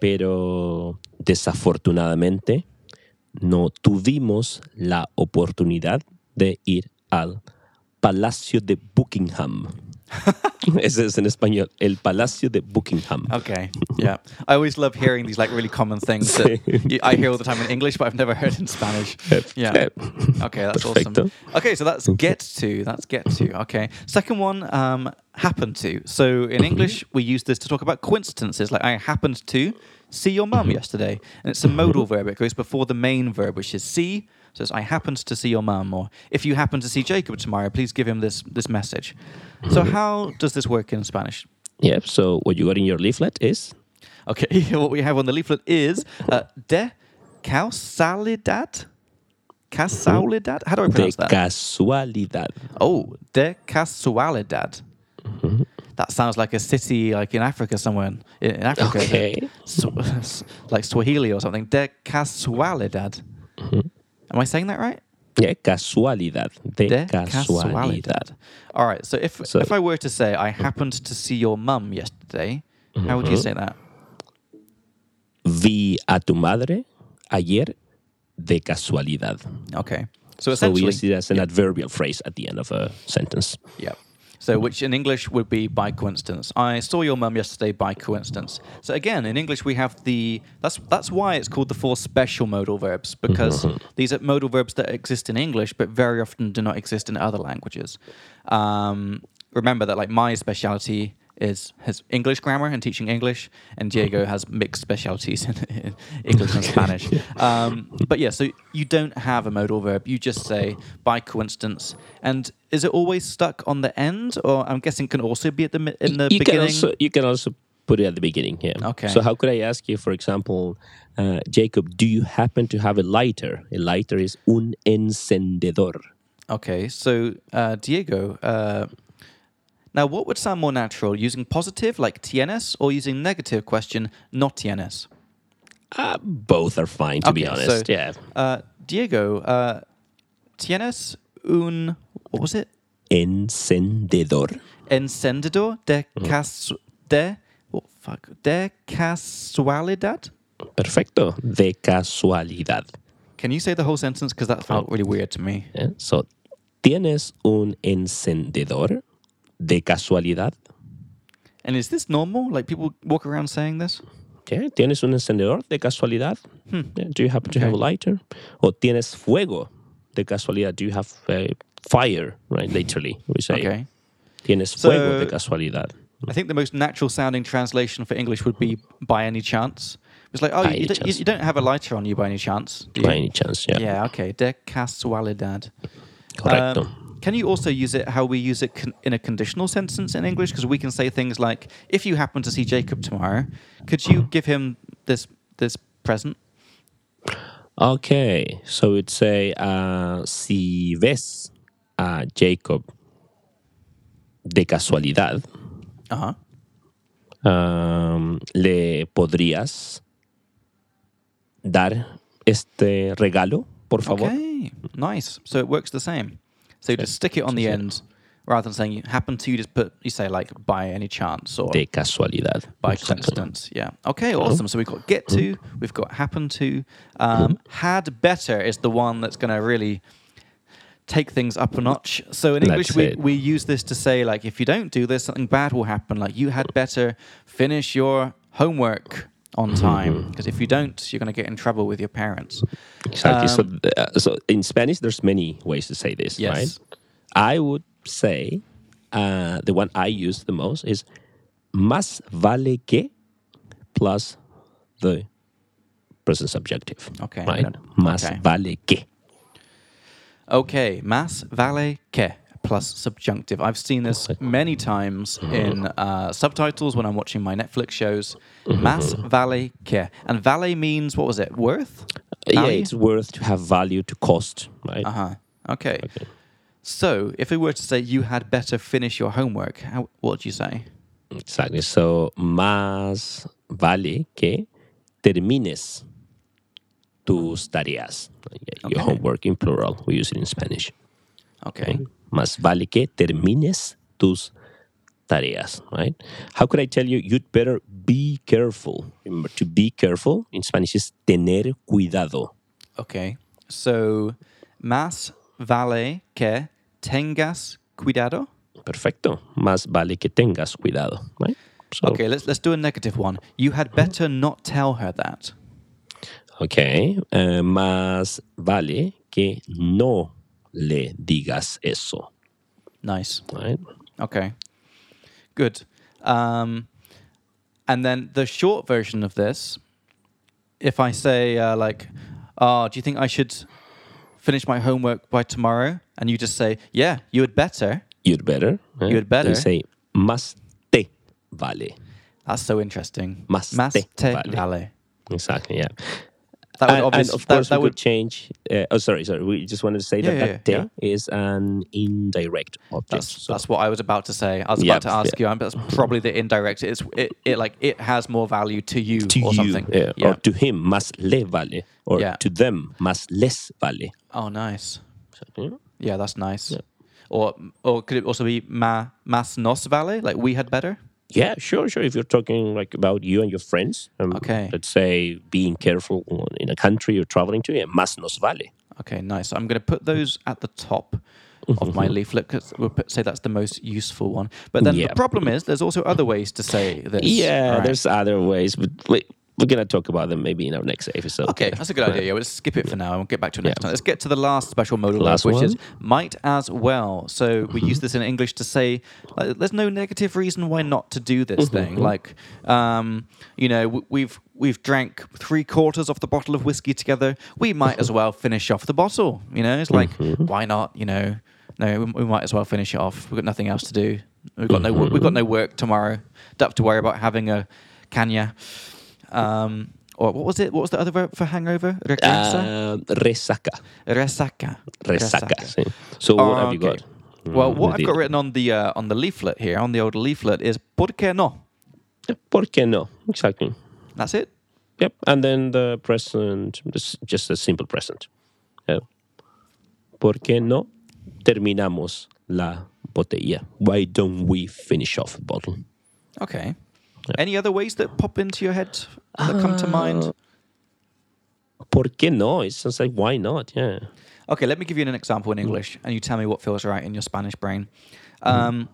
Speaker 2: pero desafortunadamente no tuvimos la oportunidad de ir al Palacio de Buckingham. Ese es en español, el Palacio de Buckingham.
Speaker 1: Okay, yeah. I always love hearing these like really common things that you, I hear all the time in English, but I've never heard in Spanish. Yeah. Okay, that's awesome.
Speaker 2: Perfecto.
Speaker 1: Okay, so that's get to. That's get to. Okay. Second one, um, happen to. So in English, we use this to talk about coincidences. Like I happened to see your mum yesterday, and it's a modal verb. It goes before the main verb, which is see. So it's I happened to see your mum, or if you happen to see Jacob tomorrow, please give him this this message. So how does this work in Spanish?
Speaker 2: Yep, So what you got in your leaflet is
Speaker 1: Okay, what we have on the leaflet is uh, de causalidad. Causalidad? How do I
Speaker 2: de
Speaker 1: pronounce that?
Speaker 2: casualidad.
Speaker 1: Oh, de casualidad.
Speaker 2: Mm-hmm.
Speaker 1: That sounds like a city, like in Africa somewhere. In in Africa,
Speaker 2: Okay.
Speaker 1: Sw- like Swahili or something. De casualidad.
Speaker 2: Mm-hmm.
Speaker 1: Am I saying that right?
Speaker 2: Yeah, casualidad. De,
Speaker 1: De
Speaker 2: casualidad.
Speaker 1: casualidad. All right. So if
Speaker 2: So-
Speaker 1: if I were to say I happened to see your mum yesterday, how would you
Speaker 2: Mm-hmm.
Speaker 1: say that?
Speaker 2: Vi a tu madre ayer de casualidad.
Speaker 1: Okay. So
Speaker 2: So we
Speaker 1: essentially,
Speaker 2: use it as an adverbial phrase at the end of a sentence.
Speaker 1: Yeah. So, which in English would be by coincidence. I saw your mum yesterday by coincidence. So again, in English we have the that's that's why it's called the four special modal verbs because these are modal verbs that exist in English but very often do not exist in other languages. Um, remember that like my speciality is has English grammar and teaching English, and
Speaker 2: Mm-hmm.
Speaker 1: Diego has mixed specialties in, in English and Spanish. Um, but yeah, so you don't have a modal verb; you just say by coincidence. And is it always stuck on the end, or I'm guessing can also be at the mi- in the
Speaker 2: you
Speaker 1: beginning?
Speaker 2: Can also, you can also put it at the beginning. Yeah.
Speaker 1: Okay.
Speaker 2: So how could I ask you, for example, uh, Jacob, do you happen to have a lighter? A lighter is un encendedor.
Speaker 1: okay, so uh, Diego. Uh, now, what would sound more natural, using positive like tienes or using negative question not tienes?
Speaker 2: Uh, both are fine, to be
Speaker 1: Okay,
Speaker 2: honest.
Speaker 1: so-
Speaker 2: yeah.
Speaker 1: Uh, Diego, uh, tienes un what was it?
Speaker 2: Encendedor.
Speaker 1: Encendedor de
Speaker 2: Mm-hmm.
Speaker 1: cas de oh, fuck de casualidad.
Speaker 2: Perfecto. De casualidad.
Speaker 1: Can you say the whole sentence? Because that
Speaker 2: Oh.
Speaker 1: felt really weird to me.
Speaker 2: Yeah. So, ¿tienes un encendedor de casualidad?
Speaker 1: And is this normal? Like people walk around saying this?
Speaker 2: Yeah, ¿Tienes un encendedor de casualidad? Yeah, Do you happen to have a lighter? O tienes fuego de casualidad? Do you have uh, fire? Right, literally, we say.
Speaker 1: Okay.
Speaker 2: Tienes
Speaker 1: So-
Speaker 2: fuego de casualidad.
Speaker 1: I think the most natural sounding translation for English would be by any chance. It's like, oh,
Speaker 2: By
Speaker 1: you,
Speaker 2: any
Speaker 1: don't- you,
Speaker 2: chance.
Speaker 1: you don't have a lighter on you by any chance. do you?
Speaker 2: by any chance. Yeah,
Speaker 1: Yeah, okay. De casualidad.
Speaker 2: correcto.
Speaker 1: Um, can you also use it how we use it con- in a conditional sentence in English? Because we can say things like, "If you happen to see Jacob tomorrow, could you give him this this present?"
Speaker 2: Okay, so we'd say uh, si ves a Jacob de casualidad,
Speaker 1: Uh huh.
Speaker 2: um, le podrías dar este regalo, por favor.
Speaker 1: Okay, nice. So it works the same. So you just stick it on the
Speaker 2: sí.
Speaker 1: end rather than saying you happen to. You just put you say like by any chance or
Speaker 2: De casualidad.
Speaker 1: by
Speaker 2: Exacto.
Speaker 1: coincidence. Yeah. Okay. Awesome. So we've got get to. We've got happen to. Um, had better is the one that's going to really take things up a notch. So in English,
Speaker 2: That's
Speaker 1: we,
Speaker 2: it.
Speaker 1: we use this to say like, if you don't do this, something bad will happen. Like you had better finish your homework on time because if you don't, you're going to get in trouble with your parents.
Speaker 2: Exactly. so,
Speaker 1: Um,
Speaker 2: th- uh, so in Spanish, there's many ways to say this,
Speaker 1: Yes.
Speaker 2: right? I would say uh, the one I use the most is más vale que plus the present subjective.
Speaker 1: Okay,
Speaker 2: Right?
Speaker 1: good.
Speaker 2: Más
Speaker 1: Okay.
Speaker 2: vale que.
Speaker 1: Okay, mas vale que plus subjunctive. I've seen this many times in uh, subtitles when I'm watching my Netflix shows. Mas vale que. And vale means, what was it, worth?
Speaker 2: Yeah,
Speaker 1: Value?
Speaker 2: it's worth to have value to cost, right?
Speaker 1: Uh-huh. Okay. So, if we were to say you had better finish your homework, how, what would you say?
Speaker 2: Exactly. So, más vale que termines tus tareas. Yeah,
Speaker 1: Okay.
Speaker 2: Your homework in plural. We use it in Spanish.
Speaker 1: Okay.
Speaker 2: right? Más vale que termines tus tareas, right? How could I tell you you'd better be careful? Remember, to be careful in Spanish is tener cuidado.
Speaker 1: Okay. So, mas vale que tengas cuidado?
Speaker 2: Perfecto. Más vale que tengas cuidado, right? So,
Speaker 1: Okay, let's, let's do a negative one. You had better not tell her that.
Speaker 2: okay. Eh, más vale que no le digas eso,
Speaker 1: Nice.
Speaker 2: right?
Speaker 1: Okay. Good. Um, and then the short version of this, if I say, uh, like, oh, do you think I should finish my homework by tomorrow? And you just say, yeah, you had better.
Speaker 2: You'd better. eh?
Speaker 1: You'd better.
Speaker 2: They say más te vale.
Speaker 1: That's so interesting.
Speaker 2: Mas te vale.
Speaker 1: vale.
Speaker 2: Exactly. Yeah.
Speaker 1: That would
Speaker 2: and,
Speaker 1: obviously,
Speaker 2: and of
Speaker 1: that,
Speaker 2: course,
Speaker 1: that
Speaker 2: we
Speaker 1: would,
Speaker 2: could change. Uh, oh, sorry, sorry. We just wanted to say
Speaker 1: Yeah,
Speaker 2: that
Speaker 1: yeah,
Speaker 2: that te
Speaker 1: yeah,
Speaker 2: is an indirect object.
Speaker 1: that's,
Speaker 2: so
Speaker 1: that's what I was about to say. I was
Speaker 2: Yeah,
Speaker 1: about to ask
Speaker 2: yeah.
Speaker 1: you, and that's probably the indirect. It's, it, it like, it has more value to you
Speaker 2: to
Speaker 1: or
Speaker 2: you,
Speaker 1: something.
Speaker 2: uh, or to him, más le vale, or
Speaker 1: Yeah.
Speaker 2: to them, más les vale.
Speaker 1: oh, nice.
Speaker 2: Yeah.
Speaker 1: Yeah, that's nice. Or or could it also be ma mas nos vale? Like we had better.
Speaker 2: Yeah, sure, sure. If you're talking like about you and your friends, um,
Speaker 1: Okay.
Speaker 2: let's say being careful in a country you're traveling to, yeah, más nos vale.
Speaker 1: Okay, nice. I'm going to put those at the top of my leaflet because we'll put, say that's the most useful one. But then
Speaker 2: Mm-hmm. Yeah.
Speaker 1: the problem is there's also other ways to say this.
Speaker 2: Yeah,
Speaker 1: right?
Speaker 2: there's other ways, but we, we're gonna talk about them maybe in our next episode.
Speaker 1: Okay, that's a good idea. Yeah, we'll just skip it for now and we'll get back to it next
Speaker 2: Yeah.
Speaker 1: time. Let's get to the last special modal
Speaker 2: Last
Speaker 1: verb, which is
Speaker 2: one? Mm-hmm.
Speaker 1: might as well. So we use this in English to say like, there's no negative reason why not to do
Speaker 2: Mm-hmm.
Speaker 1: this thing. Like, um, you know, w- we've we've drank three quarters of the bottle of whiskey together. We might as well finish off the bottle. You know, it's like
Speaker 2: Mm-hmm.
Speaker 1: why not? You know, no, we, we might as well finish it off. We've got nothing else to do. We've got no wo-
Speaker 2: Mm-hmm.
Speaker 1: we've got no work tomorrow. Don't have to worry about having a canya. Um, or what was it? What was the other verb for hangover? Resaca.
Speaker 2: Uh, resaca.
Speaker 1: resaca. Oh,
Speaker 2: Resaca. sí. So what have you
Speaker 1: Okay.
Speaker 2: got?
Speaker 1: Well,
Speaker 2: Mm,
Speaker 1: what I've
Speaker 2: indeed.
Speaker 1: got written on the uh, on the leaflet here, on the old leaflet, is por qué no.
Speaker 2: Eh, ¿Por qué no? Exactly.
Speaker 1: That's it.
Speaker 2: Yep. And then the present, just- just a simple present. Yeah. ¿Por qué no terminamos la botella? Why don't we finish off the bottle?
Speaker 1: Okay. Any other ways that pop into your head that come to
Speaker 2: Uh,
Speaker 1: mind?
Speaker 2: ¿Por qué no? It sounds like why not? Yeah.
Speaker 1: Okay, let me give you an example in English, and you tell me what feels right in your Spanish brain. Um,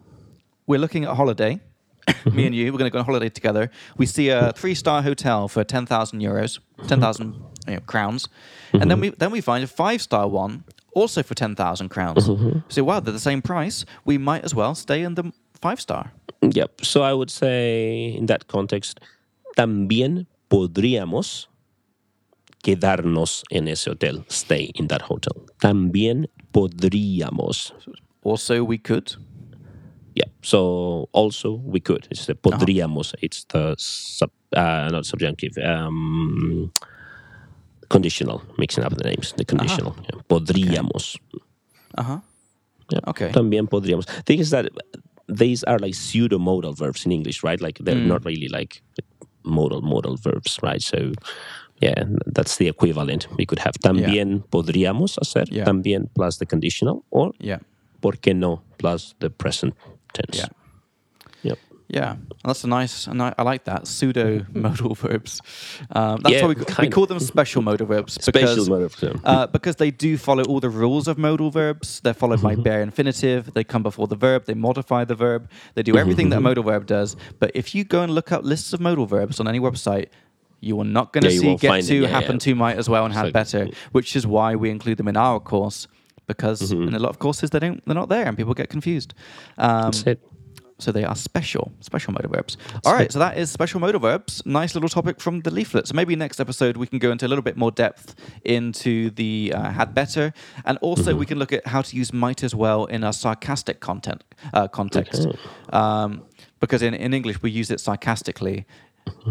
Speaker 1: we're looking at a holiday. me and you, we're going to go on holiday together. We see a three-star hotel for ten thousand euros, ten thousand you know, crowns, and then we then we find a five-star one also for ten thousand crowns. So wow, they're the same price. We might as well stay in the five-star.
Speaker 2: Yep. So I would say in that context, también podríamos quedarnos en ese hotel, stay in that hotel. También podríamos.
Speaker 1: Also, we could.
Speaker 2: Yeah. So also we could. It's the podríamos. It's the sub, uh, not subjunctive. Um, conditional. Mixing up the names. The conditional. Yeah. Podríamos.
Speaker 1: Uh huh.
Speaker 2: Yeah.
Speaker 1: Okay.
Speaker 2: También podríamos. Thing is that these are like pseudo-modal verbs in English, right? Like they're
Speaker 1: Mm.
Speaker 2: not really like modal modal verbs, right? So yeah, that's the equivalent. We could have también podríamos hacer,
Speaker 1: Yeah.
Speaker 2: también plus the conditional, or
Speaker 1: Yeah.
Speaker 2: por qué no plus the present tense.
Speaker 1: Yeah.
Speaker 2: Yep.
Speaker 1: Yeah, that's a nice, and I, I like that pseudo modal verbs. Um, that's
Speaker 2: Mm-hmm. Yeah,
Speaker 1: why we, ca- we
Speaker 2: kind
Speaker 1: call them special modal verbs because
Speaker 2: Special mode of term.
Speaker 1: uh, because they do follow all the rules of modal verbs. They're followed by
Speaker 2: Mm-hmm.
Speaker 1: bare infinitive. They come before the verb. They modify the verb. They
Speaker 2: Mm-hmm,
Speaker 1: do everything that a modal verb does. But if you go and look up lists of modal verbs on any website, you are not going to
Speaker 2: Yeah, you
Speaker 1: see
Speaker 2: won't
Speaker 1: get
Speaker 2: find it.
Speaker 1: to,
Speaker 2: Yeah,
Speaker 1: happen
Speaker 2: yeah. mm.
Speaker 1: to, might as well, and had
Speaker 2: like-
Speaker 1: better, which is why we include them in our course because
Speaker 2: Mm-hmm.
Speaker 1: in a lot of courses they don't they're not there and people get confused. Um,
Speaker 2: That's it.
Speaker 1: so they are special, special modal verbs. All right, so that is special modal verbs. Nice little topic from the leaflet. So maybe next episode we can go into a little bit more depth into the uh, had better, and also we can look at how to use might as well in a sarcastic content uh, context, um, because in, in English we use it sarcastically.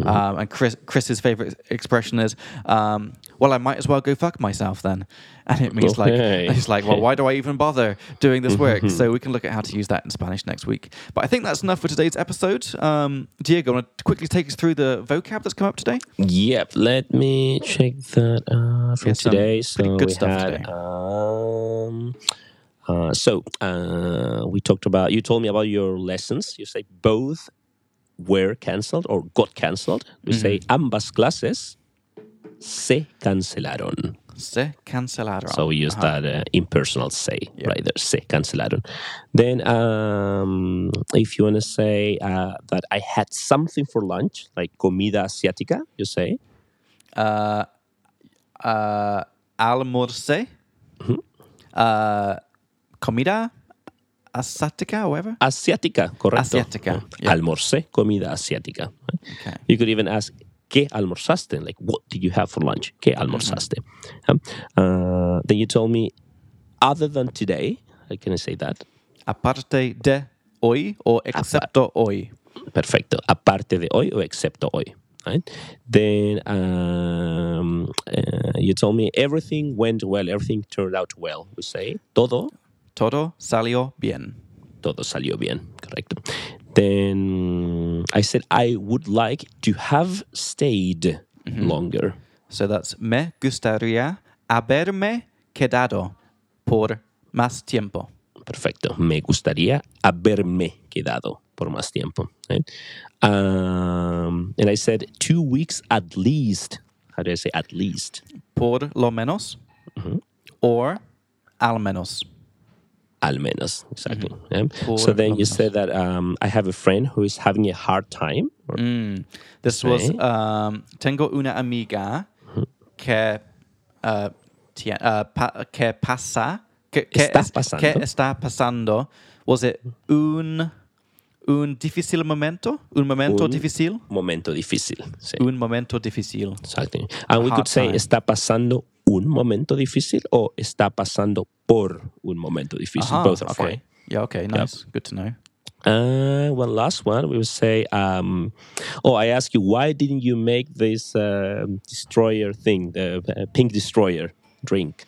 Speaker 1: Um, and Chris, Chris's favorite expression is, um, "Well, I might as well go fuck myself then," and it means
Speaker 2: Okay. Mm-hmm.
Speaker 1: like it's like, "Well, why do I even bother doing this work? So we can look at how to use that in Spanish next week. But I think that's enough for today's episode. Um, Diego, want to quickly take us through the vocab that's come up today?
Speaker 2: Yep. Let me check that out from
Speaker 1: Yes, some
Speaker 2: today.
Speaker 1: pretty
Speaker 2: So
Speaker 1: good
Speaker 2: we
Speaker 1: stuff
Speaker 2: had.
Speaker 1: today.
Speaker 2: Um, uh, so uh, we talked about. You told me about your lessons. You say both were cancelled or got cancelled. We say
Speaker 1: Mm-hmm.
Speaker 2: ambas clases se cancelaron.
Speaker 1: Se cancelaron.
Speaker 2: So we use that uh, impersonal say
Speaker 1: Uh-huh. Yeah.
Speaker 2: right there. Se cancelaron. Then, um, if you want to say uh, that I had something for lunch, like comida asiática, you say
Speaker 1: uh, almorcé,
Speaker 2: Mm-hmm.
Speaker 1: uh, comida asiática, whatever.
Speaker 2: asiática, correcto.
Speaker 1: Asiática,
Speaker 2: Uh,
Speaker 1: yeah.
Speaker 2: Almorcé comida asiática.
Speaker 1: Okay.
Speaker 2: You could even ask, ¿qué almorzaste? Like, what did you have for lunch? ¿Qué almorzaste?
Speaker 1: Mm-hmm.
Speaker 2: Um, uh, then you told me, other than today, I can I say that?
Speaker 1: Aparte de hoy or excepto hoy.
Speaker 2: Perfecto. Aparte de hoy o excepto hoy. Right? Then um, uh, you told me everything went well, everything turned out well. We say todo,
Speaker 1: Todo salió bien.
Speaker 2: todo salió bien. Correcto. Then I said I would like to have stayed longer.
Speaker 1: So that's me gustaría haberme quedado por más tiempo.
Speaker 2: Perfecto. Me gustaría haberme quedado por más tiempo. right? Um, and I said two weeks at least. How do I say at least?
Speaker 1: por lo menos or al menos.
Speaker 2: al menos exactly yeah.
Speaker 1: Por
Speaker 2: so then
Speaker 1: lo
Speaker 2: you said that um, i have a friend who is having a hard time or
Speaker 1: Mm. This was
Speaker 2: Okay.
Speaker 1: um, tengo una amiga que uh, tie- uh, pa- que pasa que, que
Speaker 2: Está
Speaker 1: es-
Speaker 2: pasando.
Speaker 1: que está pasando. Was it un un difícil momento? Un momento
Speaker 2: Un-
Speaker 1: difícil?
Speaker 2: momento difícil sí,
Speaker 1: Un momento difícil.
Speaker 2: exactly and we
Speaker 1: hard
Speaker 2: could say
Speaker 1: time.
Speaker 2: está pasando un momento difícil o está pasando por un momento difícil
Speaker 1: Ah,
Speaker 2: both are
Speaker 1: okay.
Speaker 2: fine
Speaker 1: Yeah. Okay. Nice. Good to know.
Speaker 2: uh, one last one we would say um, oh i ask you why didn't you make this um destroyer thing the uh, pink destroyer drink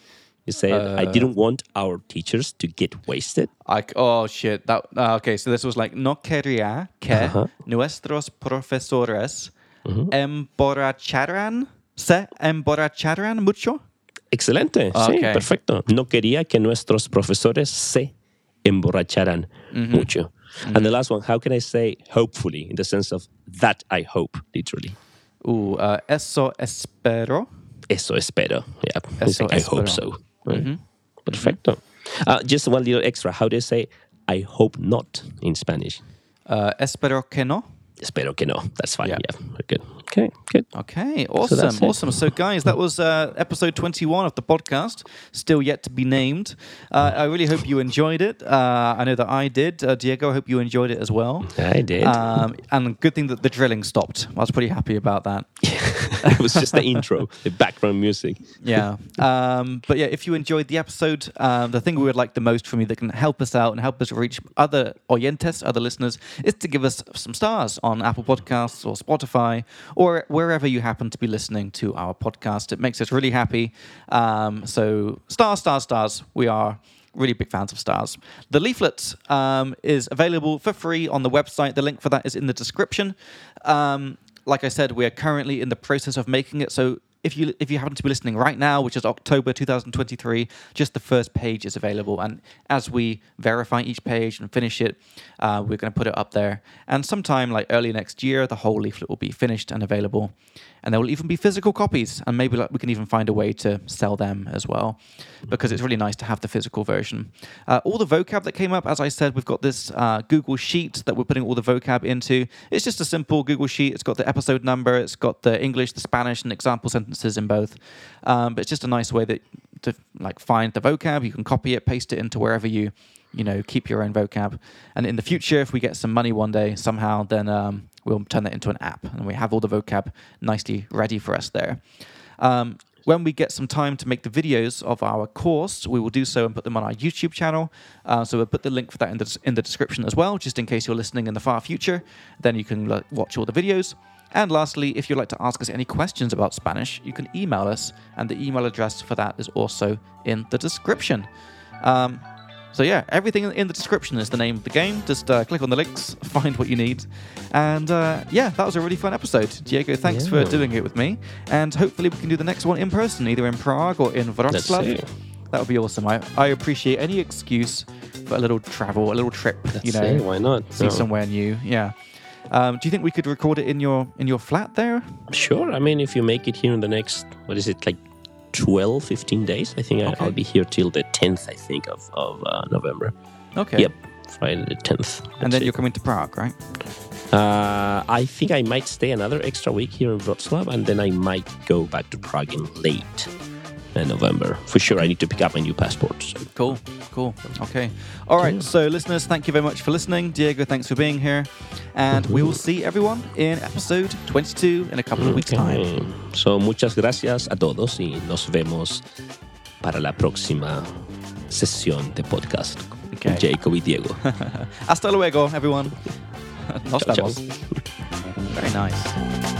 Speaker 2: you said i
Speaker 1: Uh,
Speaker 2: didn't want our teachers to get wasted
Speaker 1: I c oh shit. That uh, okay. So this was like no quería que
Speaker 2: Uh-huh.
Speaker 1: nuestros profesores
Speaker 2: Mm-hmm.
Speaker 1: emborracharan se emborracharan mucho.
Speaker 2: Excelente, sí,
Speaker 1: Ah, Ok.
Speaker 2: perfecto. No quería que nuestros profesores se emborracharan mucho. And the last one, how can I say hopefully in the sense of that I hope, literally.
Speaker 1: Ooh, uh, eso espero.
Speaker 2: Eso espero. Yeah. It's
Speaker 1: Eso
Speaker 2: like, I hope
Speaker 1: espero.
Speaker 2: so. Right? Perfecto. Uh, just one little extra. How do you say I hope not in Spanish?
Speaker 1: Uh, espero que no.
Speaker 2: Espero que no. That's fine.
Speaker 1: Yeah.
Speaker 2: Yeah. We're good. Okay. market.
Speaker 1: Okay,
Speaker 2: So
Speaker 1: awesome,
Speaker 2: that's it.
Speaker 1: awesome. So, guys, that was uh, episode 21 of the podcast, still yet to be named. Uh, I really hope you enjoyed it. Uh, I know that I did. Uh, Diego, I hope you enjoyed it as well.
Speaker 2: I did.
Speaker 1: Um, and good thing that the drilling stopped. I was pretty happy about that.
Speaker 2: it was just the intro, the background music.
Speaker 1: Yeah. Um, but yeah, if you enjoyed the episode, um, the thing we would like the most from you that can help us out and help us reach other oyentes, other listeners, is to give us some stars on Apple Podcasts or Spotify or wherever you happen to be listening to our podcast. It makes us really happy. Um, so, stars, stars, stars. We are really big fans of stars. The leaflet um, is available for free on the website. The link for that is in the description. Um, like I said, we are currently in the process of making it. So if you if you happen to be listening right now, which is October 2023, just the first page is available. And as we verify each page and finish it, uh, we're going to put it up there. And sometime like early next year, the whole leaflet will be finished and available. And there will even be physical copies, and maybe like, we can even find a way to sell them as well, because it's really nice to have the physical version. Uh, all the vocab that came up, as I said, we've got this uh, Google Sheet that we're putting all the vocab into. It's just a simple Google Sheet. It's got the episode number, it's got the English, the Spanish, and example sentences in both. Um, but it's just a nice way that to like find the vocab. You can copy it, paste it into wherever you you know keep your own vocab. And in the future, if we get some money one day somehow, then um, we'll turn that into an app, and we have all the vocab nicely ready for us there. Um, when we get some time to make the videos of our course, we will do so and put them on our YouTube channel. Uh, so we'll put the link for that in the, in the description as well, just in case you're listening in the far future. Then you can lo- watch all the videos. And lastly, if you'd like to ask us any questions about Spanish, you can email us, and the email address for that is also in the description. Um, so yeah, everything in- in the description is the name of the game. Just uh, click on the links, find what you need, and uh, yeah, that was a really fun episode. Diego, thanks for
Speaker 2: Yeah.
Speaker 1: doing it with me, and hopefully we can do the next one in person, either in Prague or in
Speaker 2: see.
Speaker 1: Wrocław. That would be awesome. I, I appreciate any excuse for a little travel, a little trip. you
Speaker 2: That's
Speaker 1: know,
Speaker 2: it, why not?
Speaker 1: see
Speaker 2: No.
Speaker 1: somewhere new. Yeah. Um, do you think we could record it in your in your flat there?
Speaker 2: Sure. I mean, if you make it here in the next, what is it, like 12, 15 days? I think I,
Speaker 1: Okay.
Speaker 2: I'll be here till the 10th, I think, of, of uh, November.
Speaker 1: Okay.
Speaker 2: Yep. Friday the 10th.
Speaker 1: And then
Speaker 2: That's
Speaker 1: you're
Speaker 2: it.
Speaker 1: coming to Prague, right?
Speaker 2: Uh, I think I might stay another extra week here in Wrocław and then I might go back to Prague in late uh, November. For sure, I need to pick up my new passport. So.
Speaker 1: Cool, cool. Okay. All right. So, listeners, thank you very much for listening. Diego, thanks for being here. And we will see everyone in episode 22 in a couple of weeks' time.
Speaker 2: Eh, So, muchas gracias a todos y nos vemos para la próxima sesión de podcast con
Speaker 1: Okay.
Speaker 2: Jacob y Diego.
Speaker 1: Hasta luego, everyone. Nos
Speaker 2: Chao, chao.
Speaker 1: vemos. Very nice.